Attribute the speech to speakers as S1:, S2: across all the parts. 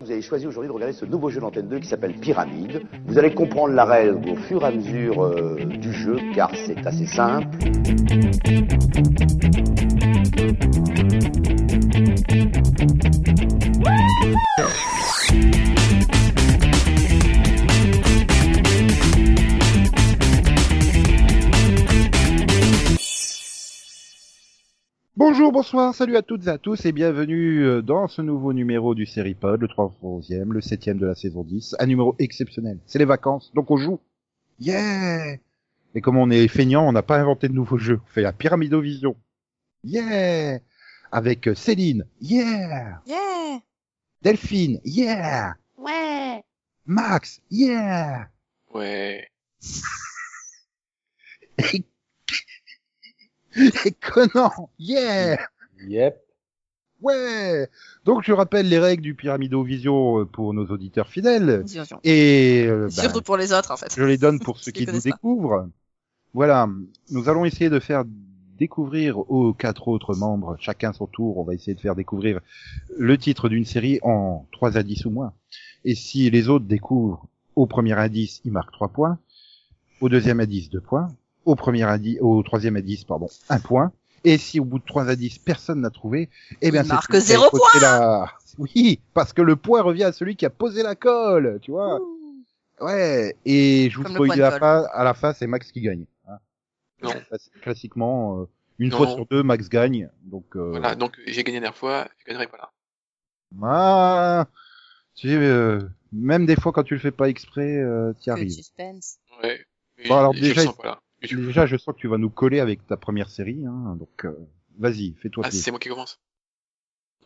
S1: vous avez choisi aujourd'hui de regarder ce nouveau jeu d'antenne 2 qui s'appelle Pyramide. Vous allez comprendre la règle au fur et à mesure euh, du jeu, car c'est assez simple.
S2: Bonjour, bonsoir, salut à toutes et à tous et bienvenue euh, dans ce nouveau numéro du Seripod, le 311e, le 7e de la saison 10, un numéro exceptionnel. C'est les vacances, donc on joue. Yeah Et comme on est feignant, on n'a pas inventé de nouveaux jeux, on fait la pyramidovision. Yeah Avec euh, Céline, yeah
S3: Yeah
S2: Delphine, yeah
S3: Ouais
S2: Max, yeah
S4: Ouais.
S2: Et Conan, yeah
S5: Yep.
S2: Ouais Donc je rappelle les règles du pyramidovision euh, pour nos auditeurs fidèles.
S3: Surtout
S2: Et euh, bah,
S3: pour les autres, en fait.
S2: je les donne pour ceux
S3: Ceux qui
S2: qui nous
S3: connaissent pas.
S2: découvrent. Voilà, nous allons essayer de faire découvrir aux quatre autres membres, chacun son tour, on va essayer de faire découvrir le titre d'une série en trois indices ou moins. Et si les autres découvrent au premier indice, ils marquent trois points, au deuxième indice deux points, au premier indice, au troisième indice, pardon, un point. Et si au bout de trois indices, personne n'a trouvé, eh bien
S3: Ils
S2: c'est
S3: marquent
S2: celui qui a
S3: zéro
S2: posé la- Oui, parce que le point revient à celui qui a posé la colle, tu vois. Ouais, et je vous
S3: Comme le
S2: spoil
S3: point de
S2: à,
S3: colle.
S2: la fin- à la fin, c'est Max qui gagne. hein.
S4: Non.
S2: Classi- Classiquement, euh, une
S4: Non.
S2: fois sur deux, Max gagne. Donc, euh,
S4: Voilà, donc j'ai gagné la dernière fois, je gagnerai pas là.
S2: ah, tu sais, euh, même des fois quand tu le fais pas exprès, euh, t'y
S3: Que de
S2: arrives.
S3: suspense.
S4: Ouais. Mais
S2: Bon, alors,
S4: je
S2: déjà, Mm,
S4: le sens pas là. Mais tu-
S2: Déjà, je sens que tu vas nous coller avec ta première série, hein, donc euh, vas-y, fais-toi
S4: Ah,
S2: plaisir.
S4: c'est moi qui commence.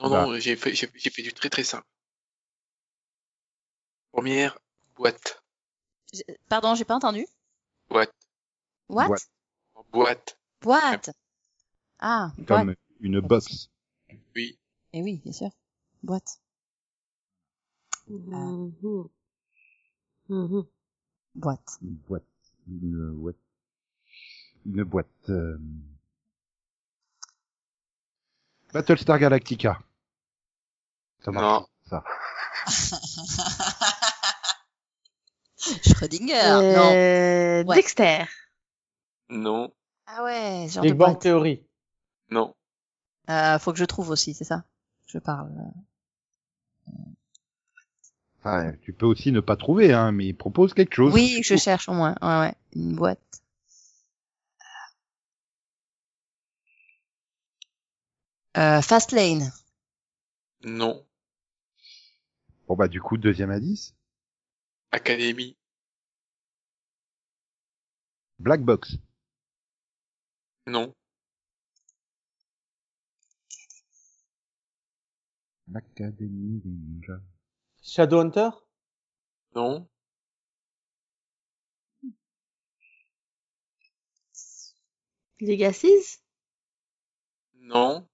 S4: Non,
S2: Bah.
S4: non, j'ai fait, j'ai j'ai fait du très très simple. Première boîte.
S3: J'ai- Pardon, j'ai pas entendu.
S4: Boîte.
S3: What
S2: Boîte.
S4: En boîte.
S3: Boîte Ah, boîte.
S2: Comme une box.
S4: Oui.
S3: Eh oui, bien sûr. Boîte.
S6: Mhm. Mhm.
S3: Boîte.
S2: Une boîte. Une boîte. Une boîte. euh, Battlestar Galactica. Ça marche.
S4: Non.
S2: Ça.
S3: Schrödinger Non.
S6: Euh,
S3: Ouais.
S6: Dexter.
S4: Non.
S3: Ah ouais, ce genre
S5: Big
S3: de
S5: Bang
S3: boîte.
S5: Theory.
S4: Non.
S3: Euh, faut que je trouve aussi, c'est ça Je parle. euh,
S2: Enfin, Ah, tu peux aussi ne pas trouver, hein, mais il propose quelque chose.
S3: Oui, je cherche au moins. Ouais, ouais. Une boîte. Euh, fast lane.
S4: Non.
S2: Bon bah du coup, deuxième indice.
S4: Académie.
S2: Black Box.
S4: Non.
S2: L'Académie des ninjas.
S5: Shadowhunter
S4: Non.
S6: Legacies.
S4: Non.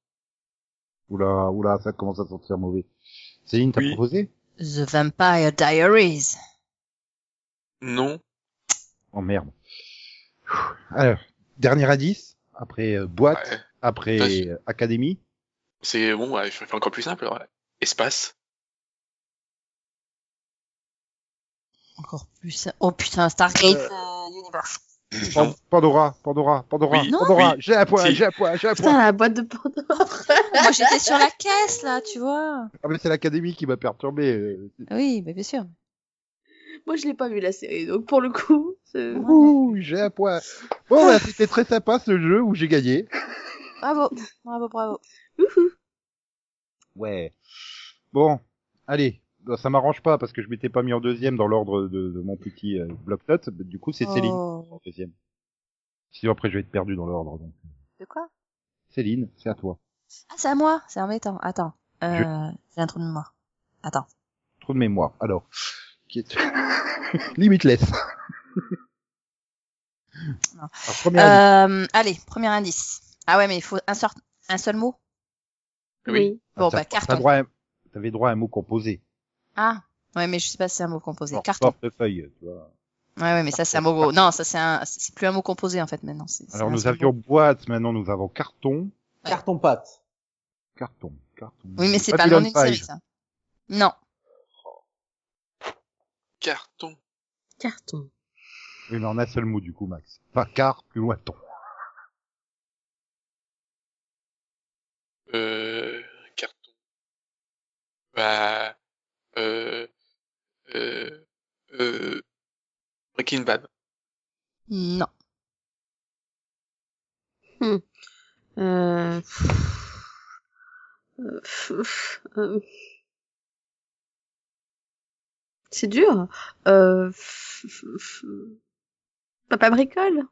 S2: Oula, oula, ça commence à sentir mauvais. Céline, t'as
S4: Oui.
S2: proposé
S3: The Vampire Diaries.
S4: Non.
S2: Oh merde. Pfff. Alors, dernier indice. Après euh, boîte,
S4: Ouais,
S2: après
S4: Ça, c'est-
S2: euh, académie.
S4: C'est bon, ouais, je vais faire encore plus simple. alors. Espace.
S3: Encore plus. Oh putain, Stargate euh, Universe.
S2: Pan- Pandora, Pandora, Pandora,
S4: Oui,
S2: Pandora.
S4: oui.
S2: J'ai un point,
S4: Si.
S2: j'ai un point, j'ai un point.
S6: Putain, la boîte de Pandore.
S3: Moi j'étais sur la caisse là, tu vois.
S2: Ah mais c'est l'académie qui m'a perturbé. euh.
S3: Oui, mais bien sûr.
S6: Moi, je l'ai pas vu la série, donc pour le coup. c'est-
S2: Ouh, j'ai un point. Bon, bah, c'était très sympa ce jeu où j'ai gagné.
S3: Bravo, bravo, bravo.
S6: Wouhou.
S2: Ouais. Bon, allez. Bah, Ça m'arrange pas parce que je m'étais pas mis en deuxième dans l'ordre de, de mon petit euh, bloc-notes. Bah, Du coup, c'est Céline
S3: Oh.
S2: en deuxième. Sinon après, je vais être perdu dans l'ordre. Donc,
S3: De quoi
S2: Céline, c'est à toi.
S3: Ah, c'est à moi, c'est embêtant. Attends, euh, j'ai un trou de mémoire. Attends.
S2: Trou de mémoire. Alors, qui est... limitless.
S3: Non.
S2: Alors, premier indice.
S3: Euh, allez, premier indice. Ah ouais, mais il faut un, sort... un seul mot.
S4: Oui.
S3: Bon,
S2: T'as-
S3: bah,
S2: t'as
S3: carton.
S2: droit à un- T'avais droit à un mot composé.
S3: Ah, ouais, mais je sais pas si c'est un mot composé.
S2: Genre
S3: Carton.
S2: Portefeuille, tu vois.
S3: Ouais, ouais, mais ça c'est un mot. Non, ça c'est un, c'est plus un mot composé en fait maintenant. c'est- c'est
S2: Alors
S3: un
S2: nous
S3: seul
S2: avions
S3: mot.
S2: boîte, maintenant nous avons carton,
S3: Ouais.
S5: Carton pâte.
S2: carton, carton.
S3: Oui, mais c'est pas le
S2: Babylon
S3: nom d'une série
S2: Five.
S3: ça. Non.
S4: Carton.
S3: Carton.
S2: Oui, mais en un seul mot, du coup, Max. Enfin, car, plus loin, ton.
S4: Euh, carton. Bah, euh, euh, euh, Breaking Bad.
S3: Non.
S6: Euh... euh, pff, pff, euh. C'est dur. Euh... pff, pff, pff. Papa bricole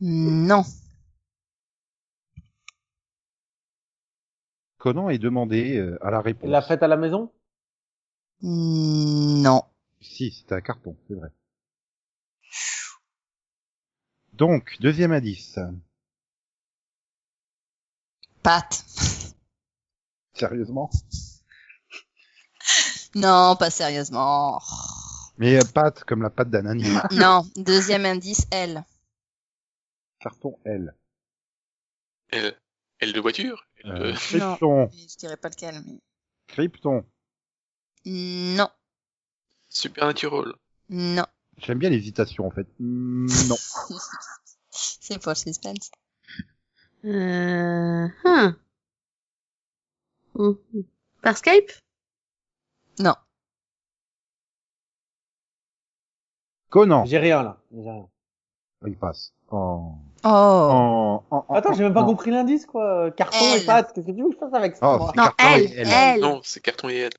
S3: Non.
S2: Conan est demandé euh, à la réponse.
S5: La fête à la maison
S3: Non.
S2: Si, c'était un carton, c'est vrai. Donc, deuxième indice.
S3: Pâte.
S2: Sérieusement
S3: Non, pas sérieusement.
S2: Mais euh, pâte, comme la pâte d'un animal.
S3: non. Deuxième indice, elle.
S2: Carton, elle.
S4: Elle, elle de voiture. Elle de-
S2: Euh, Krypton.
S3: Je dirais pas lequel, mais.
S2: Krypton.
S3: Non.
S4: Supernatural.
S3: Non.
S2: J'aime bien l'hésitation, en fait. Hmm, non.
S3: C'est pour le suspense.
S6: euh... hein. Mhm. Par Skype
S2: Conan.
S5: J'ai rien là. J'ai rien.
S2: Il passe. En...
S3: Oh.
S2: En... en- en-
S5: Attends, j'ai même pas
S2: en-
S5: compris l'indice quoi. Carton
S3: Elle.
S5: et pâte. Qu'est-ce que tu veux que je fasse avec ça
S2: Oh,
S5: moi
S2: c'est
S6: Non,
S2: carton
S6: elle,
S2: et
S6: elle.
S4: Non, c'est carton et elle.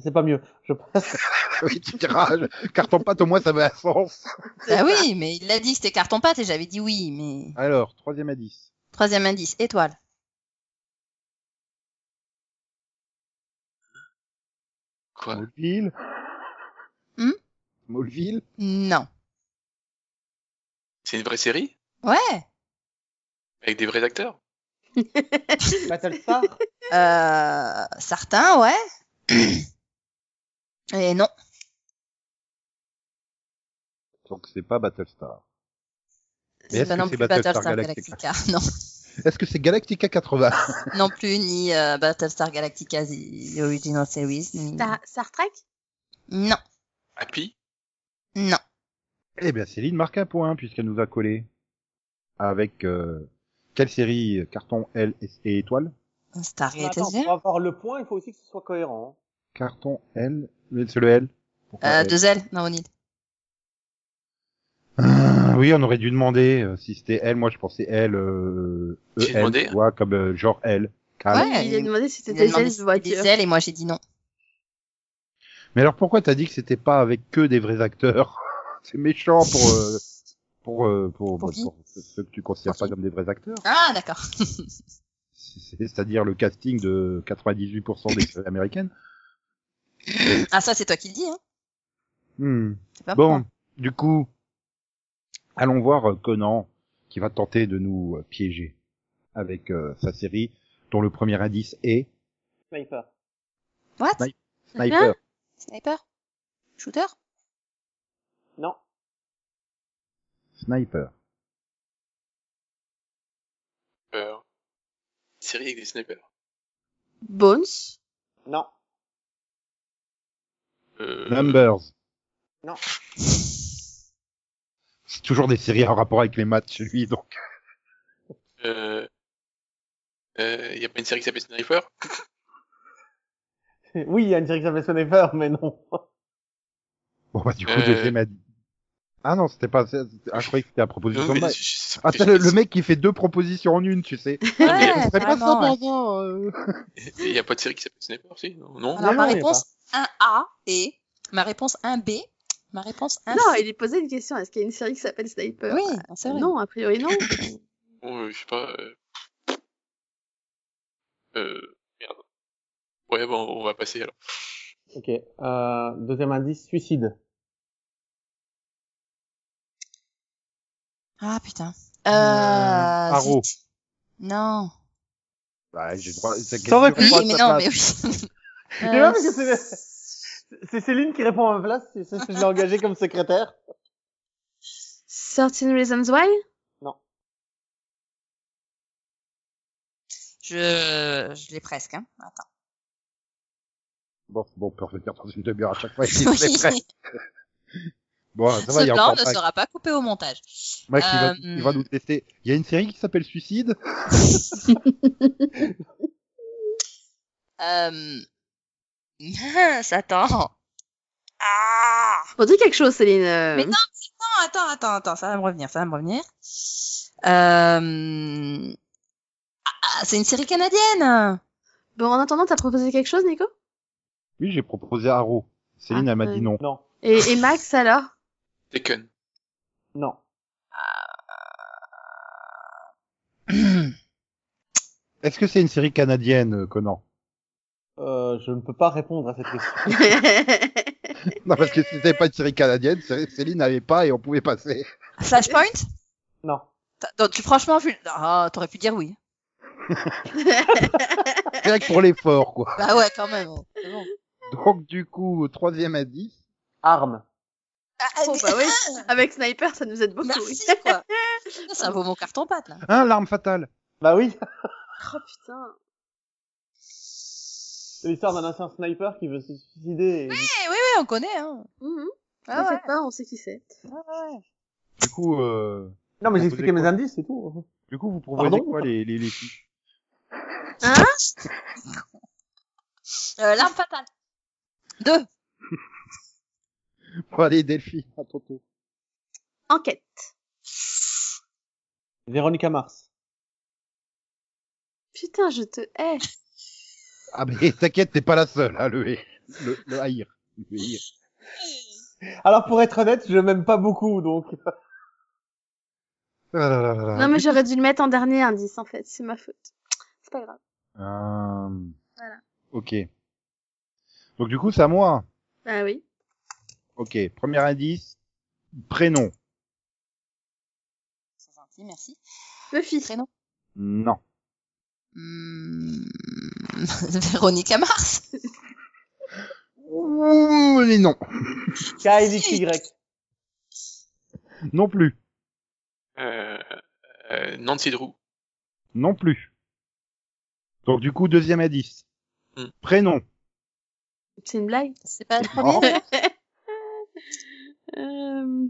S5: C'est pas mieux. Je passe.
S2: oui, tu diras, je- carton pâte, au moins, ça avait un sens.
S3: Bah oui, mais il l'a dit, c'était carton-pâte et j'avais dit oui, mais.
S2: Alors, troisième indice.
S3: Troisième indice, étoile.
S4: Quoi
S2: Smallville.
S3: Hmm
S2: Smallville.
S3: Non.
S4: C'est une vraie série
S3: Ouais.
S4: avec des vrais acteurs.
S5: Battlestar
S3: Euh, certains, ouais. Et non.
S2: Donc, c'est pas Battlestar. Mais
S3: C'est
S2: est-ce
S3: pas
S2: que
S3: non
S2: c'est
S3: plus
S2: Battlestar
S3: Battlestar
S2: Galactica
S3: Galactica. Non.
S2: Est-ce que c'est Galactica 80
S3: non plus, ni euh, Battlestar Galactica The Original Series. ni-
S6: Star, Star Trek
S3: Non.
S4: Happy.
S3: Non.
S2: Eh bien, Céline marque un point, puisqu'elle nous a collé. Avec euh, quelle série euh, Carton, L et- et Étoile
S3: Stargate
S5: Attends,
S3: SG
S5: pour avoir le point, il faut aussi que ce soit cohérent. hein.
S2: Carton, L, mais c'est le L. Pourquoi
S3: euh,
S2: L
S3: Deux ailes, non, O'Neill.
S2: Ah, Oui, on aurait dû demander euh, si c'était L. Moi, je pensais L, euh,
S4: J'ai
S2: EL,
S4: demandé.
S2: tu vois, comme euh, genre L.
S3: Ah Ouais,
S6: Il a demandé
S3: il
S6: si
S3: a
S6: c'était des
S3: demandé
S6: ailes
S3: si
S6: de
S3: c'était des
S6: voiture.
S3: ailes et moi j'ai dit non.
S2: Mais alors, pourquoi t'as dit que c'était pas avec que des vrais acteurs C'est méchant pour euh, pour, euh, pour
S3: Pour qui
S2: ceux que tu considères
S3: Pour
S2: pas
S3: qui
S2: comme des vrais acteurs.
S3: Ah, d'accord.
S2: C'est- C'est-à-dire le casting de 98% des séries américaines.
S3: ah, ça, c'est toi qui le dis, hein.
S2: Hmm.
S3: C'est pas
S2: Bon,
S3: moi.
S2: du coup, allons voir euh, Conan qui va tenter de nous euh, piéger avec euh, sa série dont le premier indice est
S5: Sniper.
S3: What?
S2: Sniper. Sniper.
S3: Sniper? Shooter?
S5: Non.
S2: Sniper.
S4: Euh, série avec des snipers.
S6: Bones
S5: Non.
S4: Euh,
S2: Numbers.
S5: Non.
S2: C'est toujours des séries en rapport avec les maths chez lui, donc.
S4: Euh, euh, y a pas une série qui s'appelle Sniper
S5: Oui, il y a une série qui s'appelle Sniper, mais non.
S2: Bon, bah, du coup,
S4: Euh.
S2: deuxième indice. Ah non, c'était pas, c'est- ah, je croyais que c'était la proposition
S4: Non,
S2: de
S4: mais
S2: maths.
S4: je- je sais pas
S2: Ah,
S4: que
S2: t'as
S4: je-
S2: le, le mec qui fait deux propositions en une, tu sais.
S3: Ouais,
S4: mais-
S2: C'est pas ça,
S3: vraiment, ouais.
S2: pardon, euh.
S4: Il y a pas de série qui s'appelle Sniper, si Non, non.
S3: Alors,
S5: Non,
S3: ma
S5: non, il y a
S3: réponse 1A et ma réponse 1B, ma réponse 1C.
S6: Non, il est posé une question. Est-ce qu'il y a une série qui s'appelle Sniper
S3: Oui, c'est vrai.
S6: Non, a priori non.
S4: Bon, euh, je sais pas. Euh... euh, Merde. Ouais, bon, on va passer alors.
S5: Ok. Euh, deuxième indice, suicide.
S3: Ah, putain. Euh,
S2: Ah, Arrow.
S3: zut. Non.
S2: Bah, j'ai droit, c'est
S5: Ça aurait
S3: Oui,
S2: question à
S3: mais
S2: sa
S3: non,
S2: place.
S3: mais oui. Euh,
S5: Mais ouais, parce que c'est- C'est Céline qui répond à ma place, c'est celle que je l'ai engagée comme secrétaire.
S6: 13 Reasons Why
S3: Je, je l'ai presque, hein. Attends.
S2: Bon, bon, on peut revenir dans une demi-heure à chaque fois. si c'est prêt.
S3: Oui.
S2: Bon, ça va, il y
S3: Ce
S2: a
S3: plan
S2: encore
S3: ne
S2: Mac-
S3: sera pas coupé au montage.
S2: Mac qui va,
S3: Euh,
S2: qui va nous tester. Il y a une série qui s'appelle Suicide.
S3: Euh... Mince, attends. Ah
S6: On dit quelque chose, Céline. euh,
S3: Mais non, Non, attends, attends, attends, ça va me revenir, ça va me revenir. Euh... Ah, c'est une série canadienne
S6: Bon, en attendant, t'as proposé quelque chose, Nico
S2: Oui, j'ai proposé Arrow. Céline, elle m'a
S3: Ah,
S6: ouais.
S2: dit non.
S5: Non,
S6: et, et Max, alors
S4: Tekken.
S5: non.
S2: Est-ce que c'est une série canadienne, euh, Conan
S5: Euh, je ne peux pas répondre à cette question.
S2: Non, parce que si c'était pas une série canadienne, Cé- Céline n'avait pas et on pouvait passer.
S3: Flashpoint
S5: Non.
S3: T'as- donc, tu, Franchement, vu- ah, t'aurais pu dire oui.
S2: Rien que pour l'effort, quoi.
S3: Bah ouais, quand même.
S2: Donc, du coup, troisième indice.
S5: Arme.
S3: Ah,
S6: Bon, bah oui. Avec Sniper, ça nous aide beaucoup. oui.
S3: Merci, quoi. Ça vaut mon carton-pâte, là.
S2: Hein, l'arme fatale.
S5: Bah oui.
S6: Oh putain.
S5: C'est l'histoire d'un ancien sniper qui veut se suicider. Et...
S3: Eh, oui, oui, on connaît, hein.
S6: Mhm.
S3: Ah
S6: T'inquiète
S3: ouais.
S6: pas, on sait qui c'est.
S2: Du coup, euh,
S5: Non, mais j'ai
S2: Vous
S5: expliqué
S2: avez
S5: mes
S2: quoi
S5: indices, c'est tout. hein.
S2: du coup, vous proposez
S5: Pardon
S2: quoi les, les, les filles
S3: Euh, L'arme fatale. Deux.
S2: Bon, Allez, Delphine, à ton tour.
S6: Enquête.
S5: Véronica Mars.
S6: Putain, je te hais.
S2: Ah, mais t'inquiète, t'es pas la seule, hein, le, le, le haïr. Le haïr.
S5: Alors, pour être honnête, je m'aime pas beaucoup, donc.
S2: Ah là là là là.
S6: Non, mais j'aurais dû le mettre en dernier indice, en fait. C'est ma faute. C'est pas grave.
S2: Euh,
S6: Voilà.
S2: Ok. Donc, du coup, c'est à moi.
S3: Ah
S6: Bah oui.
S2: Ok, premier indice. Prénom.
S3: C'est gentil, merci.
S6: Buffy.
S3: Prénom
S2: Non.
S3: Hmm, Véronique Mars.
S2: Ouh, mais non.
S5: KLXY.
S2: Non plus.
S4: Euh, euh, Nancy Drew.
S2: Non plus. Donc, du coup, deuxième indice.
S4: Hmm.
S2: Prénom.
S6: C'est une blague
S3: C'est pas le
S2: Non.
S3: premier.
S6: euh...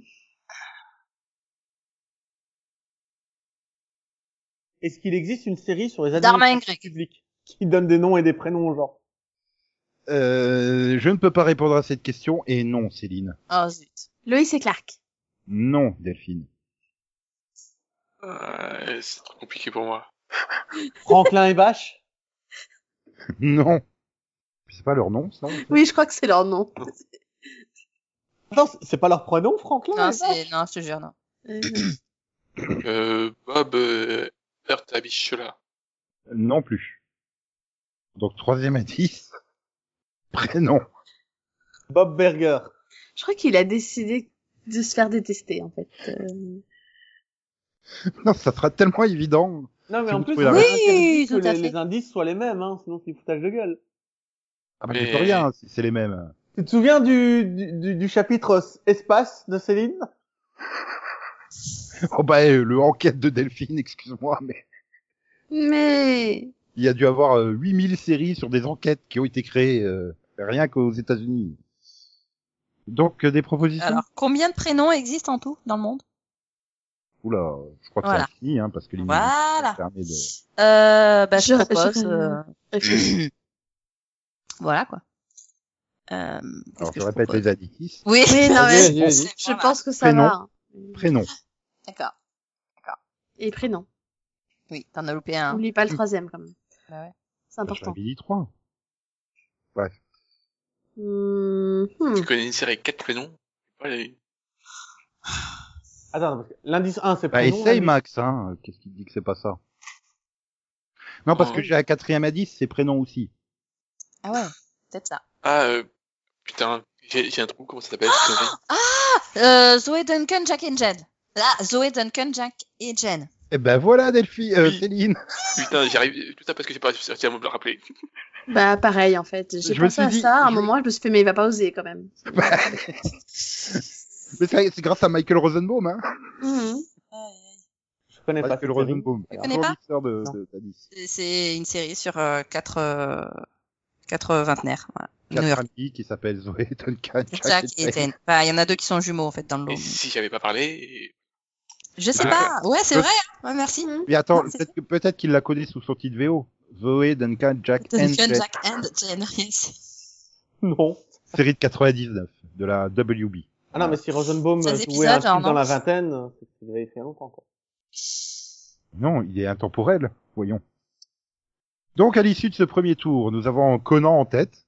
S5: Est-ce qu'il existe une série sur les
S3: Dharma
S5: administrations
S3: Y.
S5: publiques qui donne des noms et des prénoms aux gens
S2: Euh, je ne peux pas répondre à cette question. Et non, Céline.
S3: Oh, zut.
S6: Loïs et Clark.
S2: Non, Delphine.
S4: Euh, c'est trop compliqué pour moi.
S5: Franklin et Bash
S2: Non. C'est pas leur nom, ça en fait
S6: Oui, je crois que c'est leur nom.
S5: Attends, c'est- c'est pas leur prénom, Franklin
S3: Non,
S5: et Bash
S3: c'est... non, je te jure, non.
S6: Euh,
S4: Euh, Bob euh, Heurt Abichola.
S2: Non plus. Donc, troisième indice. Prénom.
S5: Bob Berger.
S6: je crois qu'il a décidé de se faire détester, en fait. Euh,
S2: Non, ça sera tellement évident.
S5: Non, mais
S2: Si
S5: en
S2: vous
S5: plus,
S2: trouvez la
S5: on a
S3: réponse.
S5: interdit
S3: Oui,
S5: que
S3: tout à
S5: les,
S3: fait.
S5: les indices soient les mêmes, hein, sinon c'est foutage de gueule.
S2: Ah, bah,
S4: Mais-
S2: je peux rien, c'est c'est les mêmes.
S5: Tu te souviens du, du, du- du chapitre s- espace de Céline
S2: Oh, bah, euh, le enquête de Delphine, excuse-moi, mais
S6: Mais...
S2: il y a dû avoir euh, 8000 séries sur des enquêtes qui ont été créées, euh, rien qu'aux États-Unis. Donc, euh, des propositions?
S3: Alors, combien de prénoms existent en tout dans le monde
S2: Oula, je crois que
S3: Voilà.
S2: c'est fini, hein, parce que l'immunité
S3: Voilà.
S2: permet de...
S3: Euh, bah, je
S6: Je- je-
S3: propose. euh,
S6: Réfléchis.
S3: Voilà, quoi. Euh, qu'est-ce
S2: Alors,
S3: que
S2: je répète
S3: propose
S2: les indices.
S3: Oui,
S6: Oui, non, mais
S5: Vas-y, vas-y,
S6: je
S3: vas-y.
S6: pense que ça
S2: Prénom.
S6: va. hein.
S2: Prénom.
S3: D'accord.
S6: Et prénom.
S3: Oui, t'en as loupé un.
S6: Oublie pas le
S2: Mm.
S6: troisième, quand même.
S3: Bah ouais.
S6: C'est important.
S2: J'avais dit trois.
S6: Hmm, hmm.
S4: Tu connais une série avec quatre prénoms Pas les-
S5: Attends, parce que l'indice 1, c'est
S2: Bah,
S5: prénom.
S2: essaye,
S5: l'indice-
S2: Max, hein. Qu'est-ce qui te dit que c'est pas ça? Non, parce
S4: Oh.
S2: que j'ai un quatrième indice, c'est prénom aussi.
S3: Ah ouais, peut-être ça.
S4: Ah, euh, putain, j'ai j'ai un trou, comment ça s'appelle cette connerie
S3: Euh, Zoé Duncan, Jack et Jen. Là, Ah, Zoé Duncan, Jack et Jen.
S2: Eh ben, voilà, Delphine, euh,
S4: Oui.
S2: Céline.
S4: Putain, j'y arrive. Tout ça parce que j'ai pas réussi à me le rappeler.
S6: Bah, pareil, en fait. J'ai
S2: Je me
S6: pensé
S2: suis
S6: à
S2: dit-
S6: ça. À un
S2: je-
S6: moment, je me suis fait, mais il va pas oser, quand même.
S2: Mais ça, c'est grâce à Michael Rosenbaum, hein.
S6: Hmm.
S5: Je connais pas.
S2: Michael
S5: cette série.
S2: Rosenbaum.
S3: connais pas
S2: fournisseur de,
S5: Non.
S2: de- d'indices.
S3: C'est- C'est une série sur euh, quatre euh, Quatre vingtenaires. Voilà. New
S2: Quatre
S3: York.
S2: amis qui s'appellent Zoé, Duncan,
S3: Jack et
S2: Etienne.
S3: Ethan. Bah, il y en a deux qui sont jumeaux en fait dans le lot.
S4: Et si j'avais pas parlé,
S3: Je sais
S4: Ah.
S3: pas. Ouais, c'est
S2: Le-
S3: vrai. hein. Ouais, merci.
S2: Mais attends,
S3: Non, c'est
S2: peut-être que- peut-être qu'il la connaît sous son titre VO. Zoé, Duncan, Jack and
S3: Duncan,
S2: Jane.
S3: Jack and Jen. Yes.
S5: Non.
S2: Série de 99 de la WB.
S5: Ah non, mais si Rosenbaum
S3: Ces
S5: jouait un
S3: épisodes,
S5: film
S3: genre,
S5: dans
S3: non.
S5: la vingtaine, euh, c'est qu'il avait fait longtemps, quoi.
S2: Non, il est intemporel, voyons. Donc, à l'issue de ce premier tour, nous avons Conan en tête.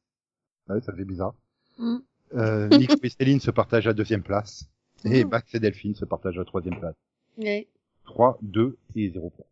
S2: Ah Ouais, ça fait bizarre.
S6: Mm.
S2: Euh, Nico et Céline se partagent la deuxième place. Et Max et Delphine se partagent la troisième place.
S6: Ouais.
S2: 3, 2 et 0 points.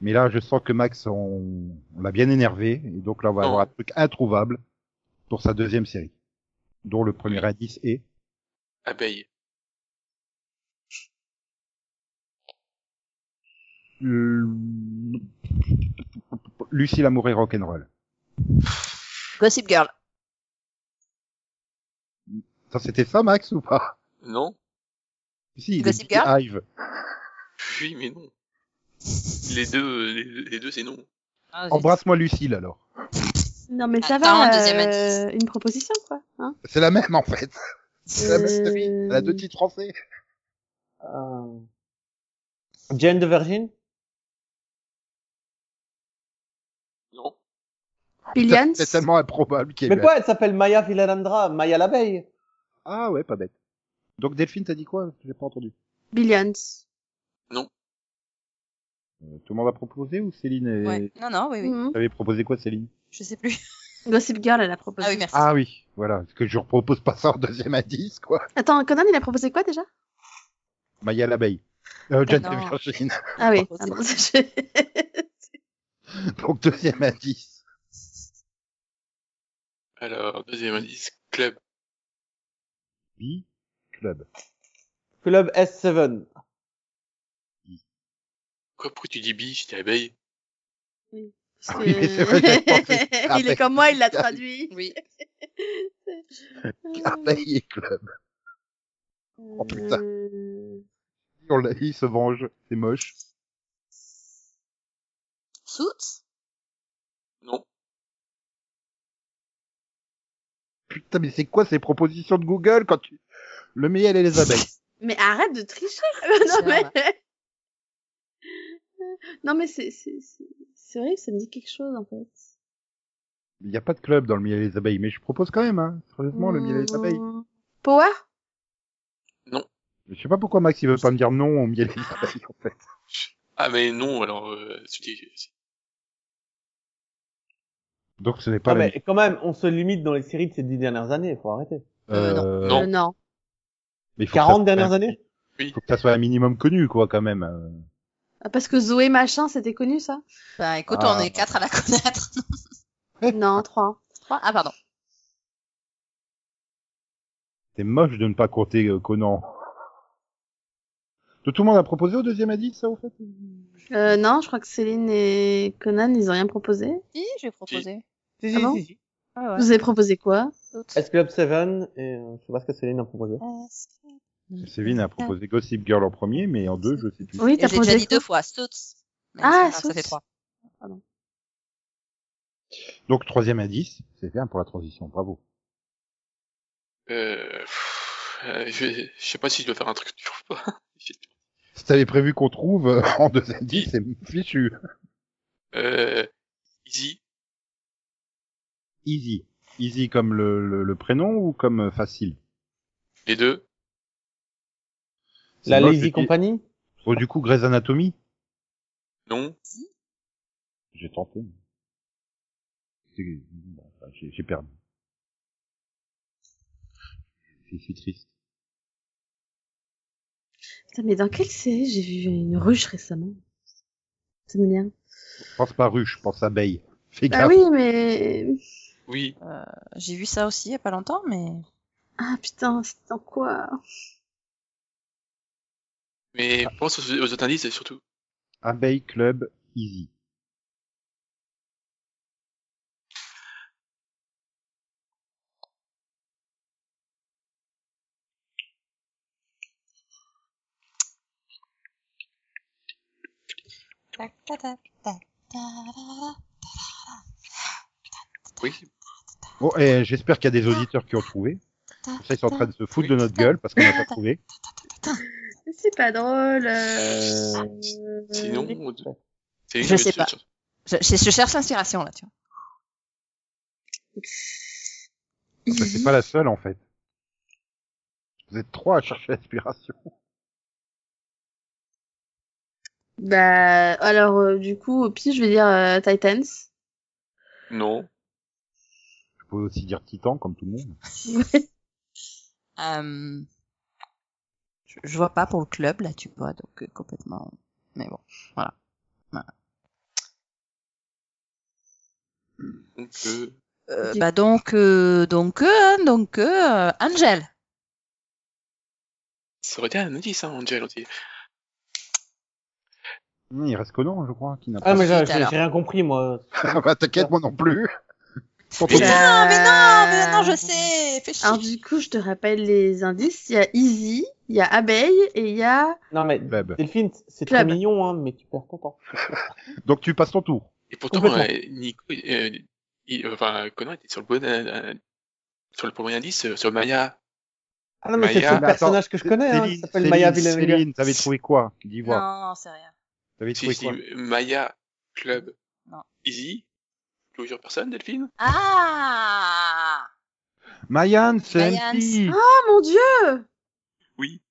S2: Mais là, je sens que Max, on, on l'a bien énervé. Et donc là, on va
S4: Non.
S2: avoir un truc introuvable pour sa deuxième série. Dont le premier indice est...
S4: abeille.
S2: euh, Lucie l'amour et rock'n'roll.
S3: Gossip Girl.
S2: Ça, c'était ça, Max, ou pas?
S4: Non
S2: Si, il
S3: Gossip
S2: est
S3: Girl
S2: Hive.
S4: Oui, mais non. Les deux, euh, les deux, les deux, c'est non.
S3: Ah, zut.
S2: Embrasse-moi Lucille, alors.
S6: Non, mais ça
S3: Attends,
S6: va.
S3: deuxième
S6: euh, une proposition, quoi. Hein
S2: C'est la même, en fait. bah, C'est la même
S6: Euh,
S2: série. Elle a deux titres français.
S5: Euh... Jane de Virgin?
S4: Non.
S6: Billions.
S2: C'est tellement improbable qu'il y ait
S5: Mais
S2: eu
S5: quoi, elle s'appelle Maya Villalandra, Maya l'abeille.
S2: un- Ah ouais, pas bête. Donc Delphine, t'as dit quoi? J'ai pas entendu.
S6: Billions.
S2: Euh, Tout le monde a proposé ou Céline et...
S3: Ouais. Non, non, oui, oui.
S6: Mhm.
S2: T'avais proposé quoi, Céline?
S3: Je sais plus.
S6: Gossip Girl, elle a proposé.
S3: Ah oui, merci.
S2: Ah oui, voilà. Parce que je repropose pas ça en deuxième indice, quoi.
S6: Attends, Conan, il a proposé quoi déjà
S2: Maya l'abeille. Euh, Jane
S3: non.
S2: the Virgin.
S6: Ah oui.
S3: Proposé.
S6: Pardon, je-
S2: Donc deuxième indice.
S4: Alors, deuxième indice, club.
S2: B Club.
S5: Club S7.
S4: Quoi, pourquoi tu dis bi J'étais abeille.
S6: Parce
S2: Oui, mais c'est vrai, j'avais pensé. Ah,
S6: il
S2: mais-
S6: est comme moi, il l'a traduit.
S3: Oui.
S2: Abeille et bah, Club.
S6: Oh
S2: putain.
S6: Euh,
S2: On l'a- il se venge. C'est moche.
S3: Suits.
S4: Non.
S2: Putain, mais c'est quoi ces propositions de Google quand tu... Le miel et les abeilles.
S6: Mais arrête de tricher.
S3: C'est
S6: non,
S3: vrai,
S6: mais... non mais c'est c'est c'est- c'est vrai, ça me dit quelque chose en fait.
S2: Il n'y a pas de club dans le miel et les abeilles, mais je propose quand même, hein. Sérieusement, le miel et les abeilles.
S6: Mm. Power
S2: Je sais pas pourquoi Max il veut pas me dire non au miel et les abeilles en fait.
S4: Ah, mais non, alors, euh, celui-
S2: Donc ce n'est pas
S5: Ah,
S2: la
S5: mais quand même, on se limite dans les séries de ces dix dernières années, faut arrêter.
S2: Euh,
S4: Non.
S6: Euh, Non.
S2: mais faut que
S5: 40
S2: ça soit
S5: dernières
S2: un-
S5: années?
S2: Faut que ça soit un minimum connu quoi quand même. euh.
S6: Ah, Parce que Zoé machin, c'était connu ça
S3: Bah écoute,
S2: Ah.
S3: on est quatre à la connaître.
S6: Non, trois.
S3: Trois. Ah pardon.
S2: C'est moche de ne pas compter euh, Conan. Tout, tout le monde a proposé au deuxième indice ça au fait
S6: Euh, non, je crois que Céline et Conan, ils ont rien proposé.
S3: Si, j'ai proposé.
S5: Si,
S6: Ah
S5: si,
S6: bon
S5: si, si.
S3: Ah
S6: Vous avez proposé quoi
S5: S Club 7, et euh, je sais pas ce que Céline a proposé.
S2: Céline a
S5: Ah.
S2: proposé Gossip Girl en premier mais en deux je sais plus.
S6: Oui,
S3: Et j'ai déjà
S6: t'as proposé
S3: dit deux fois.
S6: quoi
S3: Suits. Mais c'est pas
S6: Ah,
S3: grave, Ça
S6: Suits.
S3: fait trois.
S2: Donc troisième indice, c'est bien pour la transition, bravo.
S4: Euh, pff, euh, je, je sais pas si je dois faire un truc dur ou pas.
S2: Si t'avais prévu qu'on trouve euh, en deux indices, c'est fichu.
S4: Euh, easy.
S2: Easy. Easy comme le, le, le prénom ou comme euh, facile
S4: Les deux.
S2: C'est
S5: La
S2: moche de
S5: Lazy
S2: dire-
S5: Company?
S2: Oh, du coup, Grey's Anatomy
S4: Non.
S2: J'ai tenté. C'est- bon, enfin, J'ai j'ai perdu. Je suis triste.
S6: Putain, mais dans quelle série j'ai vu une ruche récemment Ça m'énerve.
S2: Pense pas ruche, pense abeille. Fais gaffe.
S6: Ah oui, mais...
S4: Oui.
S3: J'ai vu ça aussi il y a pas longtemps, mais
S6: Ah putain, c'est en quoi
S3: Ah.
S4: Mais pense aux, aux autres indices surtout.
S2: Abeille Club Easy.
S4: Oui.
S2: Bon, et j'espère qu'il y a des auditeurs qui ont trouvé. Comme Ça, ils sont en train de se foutre de notre gueule parce qu'on n'a pas trouvé.
S6: C'est pas drôle. euh,
S4: Sinon,
S6: les-
S4: on- c'est une
S3: Je
S4: de-
S3: sais pas.
S4: sur-
S3: je, je- je cherche l'inspiration là, tu vois.
S2: Enfin, Bah, c'est pas la seule, en fait. Vous êtes trois à chercher l'inspiration.
S6: Bah, alors, euh, du coup, au pire, je vais dire euh, Titans.
S4: Non.
S2: Je peux aussi dire Titan, comme tout le monde.
S3: Euh, je, je vois pas pour le club là, tu vois, donc euh, complètement. Mais bon,
S4: On peut-
S3: Euh,
S6: Du-
S3: bah donc euh, donc euh, hein, donc euh, Angel.
S4: Ça aurait été un indice, hein, Angel. on dit.
S2: Hum, il reste que non, je crois, qui n'a
S5: Ah,
S2: pas.
S5: mais j'ai
S3: Ensuite, alors.
S5: j'ai rien compris, moi.
S2: Ah, bah, t'inquiète, moi non plus.
S3: Mais
S2: Contre-
S3: non, mais non, mais non, je
S6: Euh,
S3: sais. Fais chier.
S6: Alors, du coup, je te rappelle les indices. Il y a Easy, il y a Abeille et il y a.
S5: Non, mais
S2: Club.
S5: Delphine, c'est
S6: Club.
S5: très mignon, hein, mais tu perds ton temps.
S2: Donc tu passes ton tour.
S4: Et pourtant,
S5: Complètement.
S4: euh, Nico, euh, il- enfin, Conan était sur le bon, euh, euh, sur le premier indice, euh, sur Maya.
S5: Ah non, mais c'est
S4: Maya.
S5: le
S4: Mais
S5: personnage que je connais, hein, il
S2: Céline,
S5: s'appelle Maya
S2: Céline,
S5: Villeneuve.
S2: Céline, t'avais trouvé quoi Dis voir.
S3: Non, c'est rien.
S2: T'avais
S4: Si
S2: trouvé
S4: je dis
S2: quoi
S4: Maya Club
S3: Non.
S4: Easy, plusieurs personnes, Delphine.
S3: Ah.
S2: Mayan, c'est
S3: Mayan.
S2: MP.
S6: Oh mon dieu
S4: Oui.